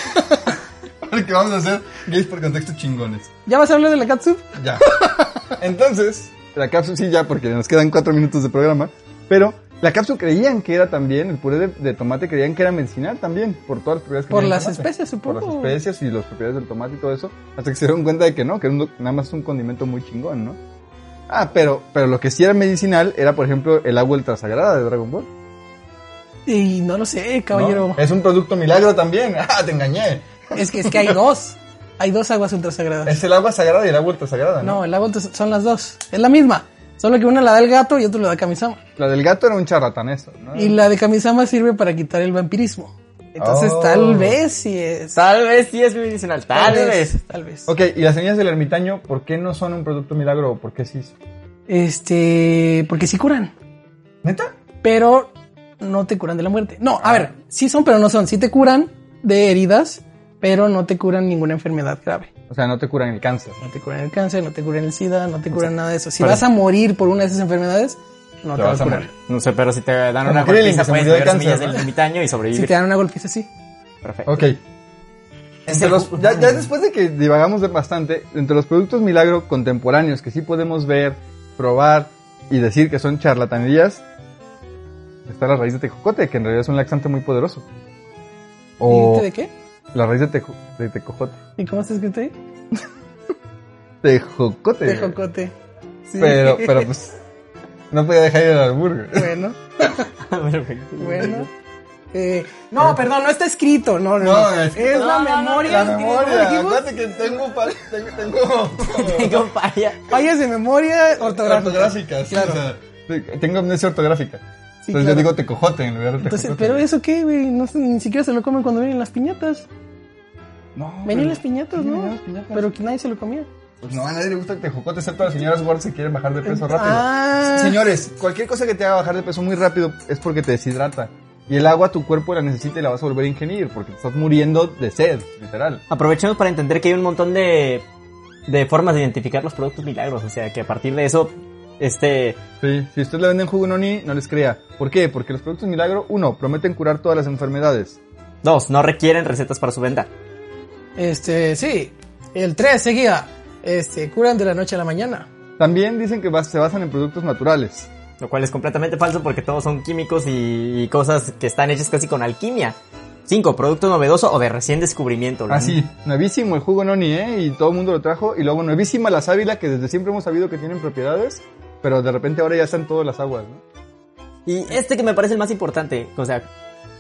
[SPEAKER 2] Porque vamos a hacer gays por contexto chingones.
[SPEAKER 3] ¿Ya vas a hablar de la catsup?
[SPEAKER 2] Ya. Entonces, la cápsula sí ya, porque nos quedan cuatro minutos de programa. Pero la cápsula creían que era también, el puré de, de tomate creían que era medicinal también, por todas las propiedades que
[SPEAKER 3] Por
[SPEAKER 2] tenía el
[SPEAKER 3] las
[SPEAKER 2] tomate.
[SPEAKER 3] especies,
[SPEAKER 2] Por las
[SPEAKER 3] supongo.
[SPEAKER 2] especies y las propiedades del tomate y todo eso, hasta que se dieron cuenta de que no, que era un do- nada más un condimento muy chingón, ¿no? Ah, pero, pero lo que sí era medicinal era, por ejemplo, el agua ultrasagrada de Dragon Ball.
[SPEAKER 3] Y no lo sé,
[SPEAKER 2] ¿no? eh.
[SPEAKER 3] caballero.
[SPEAKER 2] Es un producto milagro también. Ah, te engañé.
[SPEAKER 3] Es que, es que hay dos. Hay dos aguas ultrasagradas.
[SPEAKER 2] Es el agua sagrada y el agua ultrasagrada, ¿no?
[SPEAKER 3] No, el agua ultras- son las dos. Es la misma. Solo que una la da el gato y otra la da Kamisama.
[SPEAKER 2] La del gato era un charlatán eso, ¿no?
[SPEAKER 3] Y la de Kamisama sirve para quitar el vampirismo. Entonces,
[SPEAKER 2] Oh.
[SPEAKER 3] tal vez sí es.
[SPEAKER 4] Tal vez sí es medicinal, tal, vez.
[SPEAKER 3] Tal vez.
[SPEAKER 2] Ok, y las semillas del ermitaño, ¿por qué no son un producto milagro o por qué sí?
[SPEAKER 3] Este. Porque sí curan.
[SPEAKER 2] ¿Neta?
[SPEAKER 3] Pero no te curan de la muerte. No,
[SPEAKER 2] Ah.
[SPEAKER 3] a ver, sí son, pero no son. Sí te curan de heridas, pero no te curan ninguna enfermedad grave.
[SPEAKER 2] O sea, no te curan el cáncer.
[SPEAKER 3] No te curan el cáncer, no te curan el SIDA, no te curan nada de eso. Si
[SPEAKER 4] Vale.
[SPEAKER 3] vas a morir por una de esas enfermedades, no te, vas a curar.
[SPEAKER 2] morir.
[SPEAKER 4] No sé, pero si te dan
[SPEAKER 2] Como
[SPEAKER 4] una
[SPEAKER 2] Krillin,
[SPEAKER 4] golpiza,
[SPEAKER 2] que se
[SPEAKER 4] puedes
[SPEAKER 2] murió de
[SPEAKER 4] beber
[SPEAKER 2] cáncer,
[SPEAKER 4] semillas
[SPEAKER 2] ¿no?
[SPEAKER 4] del ermitaño y
[SPEAKER 3] Si
[SPEAKER 4] sobrevivir.
[SPEAKER 3] te dan una golpiza, sí.
[SPEAKER 4] Perfecto.
[SPEAKER 2] Ok. Entre los- ya, ya después de que divagamos de bastante, entre los productos milagro contemporáneos que sí podemos ver, probar y decir que son charlatanerías, está la raíz de tejocote, que en realidad es un laxante muy poderoso. O
[SPEAKER 3] ¿Y de qué?
[SPEAKER 2] la raíz de, tejo- de tecojote.
[SPEAKER 3] ¿Y cómo está escrito ahí?
[SPEAKER 2] Tejocote.
[SPEAKER 3] De jocote. Sí.
[SPEAKER 2] Pero, pero pues, no podía dejar ir al albur. güey.
[SPEAKER 3] Bueno,
[SPEAKER 4] Perfecto.
[SPEAKER 3] bueno. Eh, no, perdón, no está escrito. No, no.
[SPEAKER 2] No,
[SPEAKER 3] es
[SPEAKER 2] es-
[SPEAKER 3] la
[SPEAKER 4] no, no, no,
[SPEAKER 3] memoria.
[SPEAKER 2] La
[SPEAKER 3] ¿cómo
[SPEAKER 2] memoria,
[SPEAKER 3] dijimos?
[SPEAKER 2] acuérdate que tengo, pa- tengo, tengo
[SPEAKER 4] Tengo falla.
[SPEAKER 3] Fallas de memoria ortográfica.
[SPEAKER 2] ortográfica, sí,
[SPEAKER 3] Claro.
[SPEAKER 2] o sea, te- tengo amnesia ortográfica.
[SPEAKER 3] Sí,
[SPEAKER 2] Entonces
[SPEAKER 3] claro.
[SPEAKER 2] yo digo tecojote en lugar de tejocote.
[SPEAKER 3] Entonces, pero eso qué, güey, no sé, ni siquiera se lo comen cuando vienen las piñatas.
[SPEAKER 2] No,
[SPEAKER 3] Venían
[SPEAKER 2] pero-
[SPEAKER 3] las piñatas,
[SPEAKER 2] Sí,
[SPEAKER 3] ¿no?
[SPEAKER 2] venían las piñatas.
[SPEAKER 3] Pero que nadie se lo comía.
[SPEAKER 2] Pues no, a nadie le gusta el tejocote, excepto a las señoras Ward si quieren bajar de peso rápido.
[SPEAKER 3] Ah.
[SPEAKER 2] Señores, cualquier cosa que te haga bajar de peso muy rápido es porque te deshidrata. Y el agua tu cuerpo la necesita y la vas a volver a ingerir, porque te estás muriendo de sed, literal.
[SPEAKER 4] Aprovechemos para entender que hay un montón de, de formas de identificar los productos milagros. O sea, que a partir de eso, este,
[SPEAKER 2] Sí, si usted le venden jugo noni, no les crea. ¿Por qué? Porque los productos milagro, uno, prometen curar todas las enfermedades.
[SPEAKER 4] dos, no requieren recetas para su venta.
[SPEAKER 3] Este, sí. El 3 seguía. Este, curan de la noche a la mañana.
[SPEAKER 2] También dicen que bas- se basan en productos naturales.
[SPEAKER 4] Lo cual es completamente falso porque todos son químicos y, y cosas que están hechas casi con alquimia. Cinco, producto novedoso o de recién descubrimiento. Lo-
[SPEAKER 2] Así, Ah, nuevísimo el jugo noni, ¿eh? Y todo el mundo lo trajo. Y luego nuevísima la sábila, que desde siempre hemos sabido que tienen propiedades, pero de repente ahora ya están todas las aguas, ¿no?
[SPEAKER 4] Y este que me parece el más importante, o sea,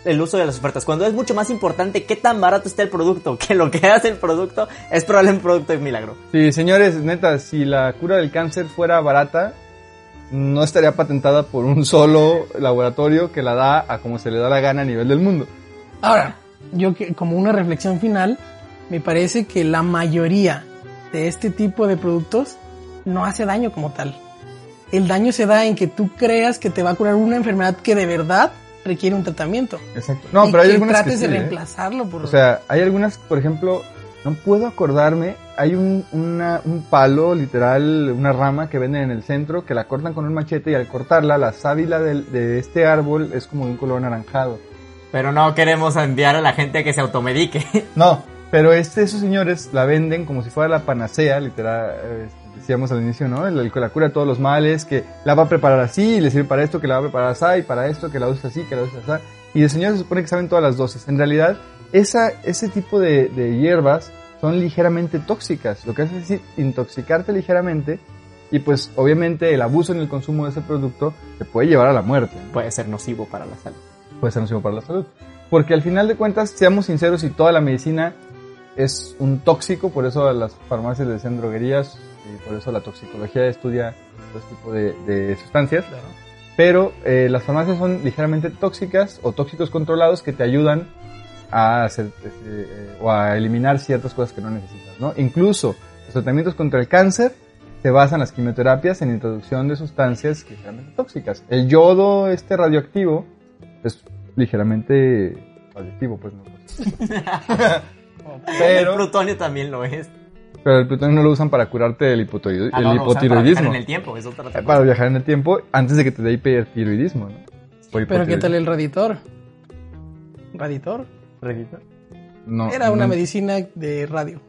[SPEAKER 4] el uso de las ofertas. Cuando es mucho más importante qué tan barato está el producto que lo que hace el producto, es probable un producto de milagro.
[SPEAKER 2] Sí, señores, neta, si la cura del cáncer fuera barata, no estaría patentada por un solo laboratorio que la da a como se le da la gana a nivel del mundo.
[SPEAKER 3] Ahora, yo que, como una reflexión final, me parece que la mayoría de este tipo de productos no hace daño como tal. El daño se da en que tú creas que te va a curar una enfermedad que de verdad requiere un tratamiento.
[SPEAKER 2] Exacto. No,
[SPEAKER 3] Y
[SPEAKER 2] pero hay
[SPEAKER 3] que
[SPEAKER 2] algunas que
[SPEAKER 3] trates
[SPEAKER 2] sí,
[SPEAKER 3] de
[SPEAKER 2] ¿eh?
[SPEAKER 3] reemplazarlo por
[SPEAKER 2] O sea, hay algunas, por ejemplo, no puedo acordarme, hay un, una- un palo, literal, una rama que venden en el centro, que la cortan con un machete y al cortarla, la sábila del- de este árbol es como de un color anaranjado.
[SPEAKER 4] Pero no queremos enviar a la gente a que se automedique.
[SPEAKER 2] No, pero este, esos señores la venden como si fuera la panacea, literal, eh, decíamos al inicio, ¿no? El- el- la cura de todos los males, que la va a preparar así, y le sirve para esto, que la va a preparar así, y para esto, que la usa así, que la usa así. Y los señores se supone que saben todas las dosis. En realidad, esa, ese tipo de, de hierbas son ligeramente tóxicas, lo que hace es intoxicarte ligeramente, y pues obviamente el abuso en el consumo de ese producto te puede llevar a la muerte. ¿no?
[SPEAKER 4] Puede ser nocivo para la salud.
[SPEAKER 2] puede ser nocivo para la salud. Porque al final de cuentas, seamos sinceros, y toda la medicina es un tóxico, por eso a las farmacias le decían droguerías, y por eso la toxicología estudia todo este tipo de, de sustancias.
[SPEAKER 3] Claro.
[SPEAKER 2] Pero eh, las farmacias son ligeramente tóxicas o tóxicos controlados que te ayudan a hacer eh, eh, o a eliminar ciertas cosas que no necesitas, ¿no? Incluso los tratamientos contra el cáncer se basan las quimioterapias en introducción de sustancias ligeramente tóxicas. El yodo este radioactivo es ligeramente radioactivo, pues no.
[SPEAKER 4] El
[SPEAKER 2] pero,
[SPEAKER 4] plutonio también lo es.
[SPEAKER 2] pero el plutonio no lo usan para curarte el, hipotiroid-
[SPEAKER 4] Ah,
[SPEAKER 2] el
[SPEAKER 4] no, no, o sea, para viajar
[SPEAKER 2] hipotiroidismo.
[SPEAKER 4] en el tiempo, es otra
[SPEAKER 2] Eh,
[SPEAKER 4] cosa.
[SPEAKER 2] para viajar en el tiempo antes de que te dé hipertiroidismo, ¿no? O
[SPEAKER 3] Pero ¿qué
[SPEAKER 2] hipotiroidismo.
[SPEAKER 3] tal el raditor? ¿Raditor?
[SPEAKER 2] No,
[SPEAKER 3] Era una
[SPEAKER 2] no-
[SPEAKER 3] medicina de radio.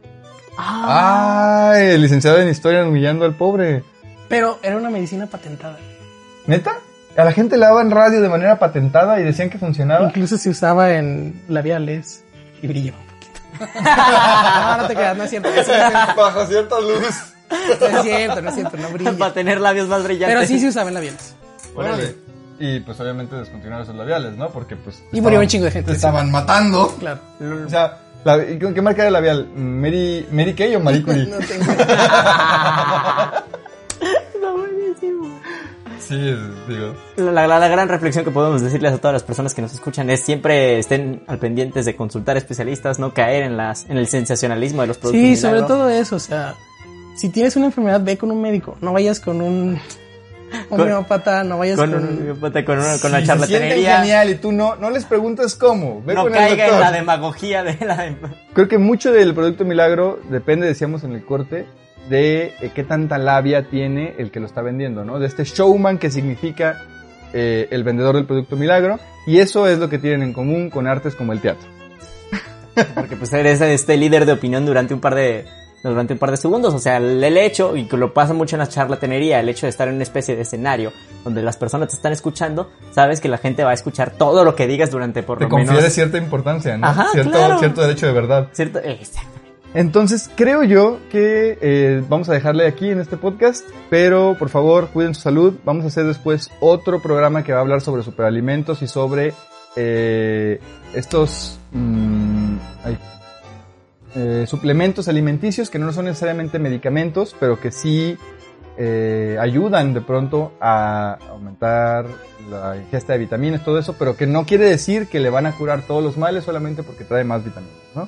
[SPEAKER 2] Ah, el licenciado en historia humillando al pobre.
[SPEAKER 3] Pero era una medicina patentada.
[SPEAKER 2] ¿Neta? A la gente le daban radio de manera patentada y decían que funcionaba.
[SPEAKER 3] Incluso se usaba en labiales y brillaba un poquito. no, no te creas, no es cierto. Eso no
[SPEAKER 2] Bajo cierta luz.
[SPEAKER 3] es cierto, no es cierto, no brilla.
[SPEAKER 4] Para tener labios más brillantes.
[SPEAKER 3] Pero sí se usaba en labiales.
[SPEAKER 2] Órale. Y y pues obviamente descontinuaron esos labiales, ¿no? Porque pues... te
[SPEAKER 3] Y
[SPEAKER 2] estaban-
[SPEAKER 3] murió un chingo de
[SPEAKER 2] Te
[SPEAKER 3] gente.
[SPEAKER 2] estaban matando.
[SPEAKER 3] Claro.
[SPEAKER 2] O sea, la- ¿y ¿con qué marca de labial? ¿Mary, Mary Kay o Marie Curie?
[SPEAKER 3] No tengo.
[SPEAKER 2] Sí, es- digo.
[SPEAKER 4] La, la- la gran reflexión que podemos decirles a todas las personas que nos escuchan es siempre estén al pendientes de consultar especialistas, no caer en las en el sensacionalismo de los productos.
[SPEAKER 3] Sí,
[SPEAKER 4] milagro.
[SPEAKER 3] sobre todo eso, o sea, si tienes una enfermedad, ve con un médico, no vayas con un homeópata, no vayas con,
[SPEAKER 4] con, un- puta, con, una- con la
[SPEAKER 2] Si se sienten
[SPEAKER 4] charlatanería.
[SPEAKER 2] genial y tú no, no les preguntas cómo. Ve
[SPEAKER 4] No
[SPEAKER 2] con el
[SPEAKER 4] caiga en
[SPEAKER 2] doctor.
[SPEAKER 4] la demagogía de la.
[SPEAKER 2] Creo que mucho del producto milagro depende, decíamos en el corte, de eh, qué tanta labia tiene el que lo está vendiendo, ¿no? De este showman que significa eh, el vendedor del producto milagro. Y eso es lo que tienen en común con artes como el teatro.
[SPEAKER 4] Porque pues eres este líder de opinión durante un par de durante un par de segundos, o sea, el el hecho y que lo pasa mucho en la charlatanería, el hecho de estar en una especie de escenario donde las personas te están escuchando, sabes que la gente va a escuchar todo lo que digas durante por
[SPEAKER 2] Te
[SPEAKER 4] lo
[SPEAKER 2] confiere
[SPEAKER 4] menos
[SPEAKER 2] cierta importancia, ¿no?
[SPEAKER 4] Ajá,
[SPEAKER 2] cierto,
[SPEAKER 4] claro.
[SPEAKER 2] cierto derecho de verdad.
[SPEAKER 4] cierto exacto.
[SPEAKER 2] Entonces, creo yo que eh, vamos a dejarle aquí en este podcast, pero por favor, cuiden su salud. Vamos a hacer después otro programa que va a hablar sobre superalimentos y sobre eh, estos mm, ay, eh, suplementos alimenticios que no son necesariamente medicamentos, pero que sí eh, ayudan de pronto a aumentar la ingesta de vitaminas, todo eso, pero que no quiere decir que le van a curar todos los males solamente porque trae más vitaminas, ¿no?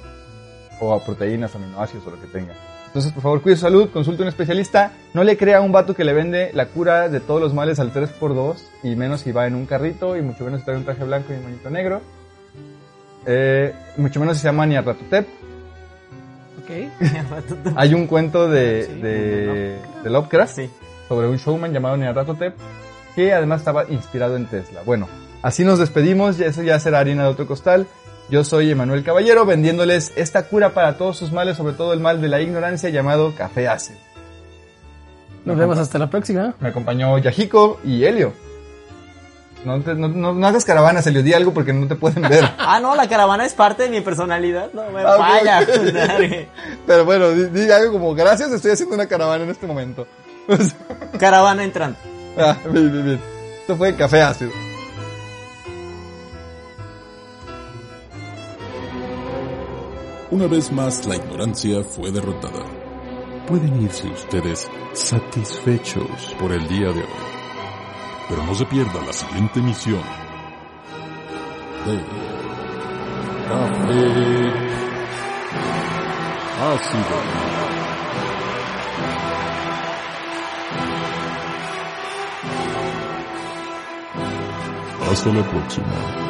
[SPEAKER 2] o a proteínas, aminoácidos o lo que tenga. Entonces, por favor, cuide su salud, consulte a un especialista, no le crea a un vato que le vende la cura de todos los males al 3x2 y menos si va en un carrito y mucho menos si trae un traje blanco y un monito negro. Eh, mucho menos si se llama Niarratotep.
[SPEAKER 3] Ok.
[SPEAKER 2] Hay un cuento de,
[SPEAKER 3] Sí,
[SPEAKER 2] de, de Lovecraft
[SPEAKER 4] Sí.
[SPEAKER 2] sobre un showman llamado Niarratotep que además estaba inspirado en Tesla. Bueno, así nos despedimos, ya- eso ya será harina de otro costal. Yo soy Emanuel Caballero vendiéndoles esta cura para todos sus males, sobre todo el mal de la ignorancia llamado café ácido.
[SPEAKER 3] Nos vemos hasta la próxima.
[SPEAKER 2] Me acompañó Yajico y Helio. No, te- no- no- no hagas caravanas, Helio, di algo porque no te pueden ver.
[SPEAKER 4] Ah, no, la caravana es parte de mi personalidad, no me
[SPEAKER 2] Ah, ok,
[SPEAKER 4] vaya.
[SPEAKER 2] ok.
[SPEAKER 4] dale.
[SPEAKER 2] Pero bueno, di, di algo como gracias, estoy haciendo una caravana en este momento.
[SPEAKER 4] Caravana entrante.
[SPEAKER 2] Ah, bien, bien, bien. Esto fue café ácido.
[SPEAKER 1] Una vez más, la ignorancia fue derrotada. Pueden irse ustedes satisfechos por el día de hoy. Pero no se pierda la siguiente misión. De Café Ácido. Hasta la próxima.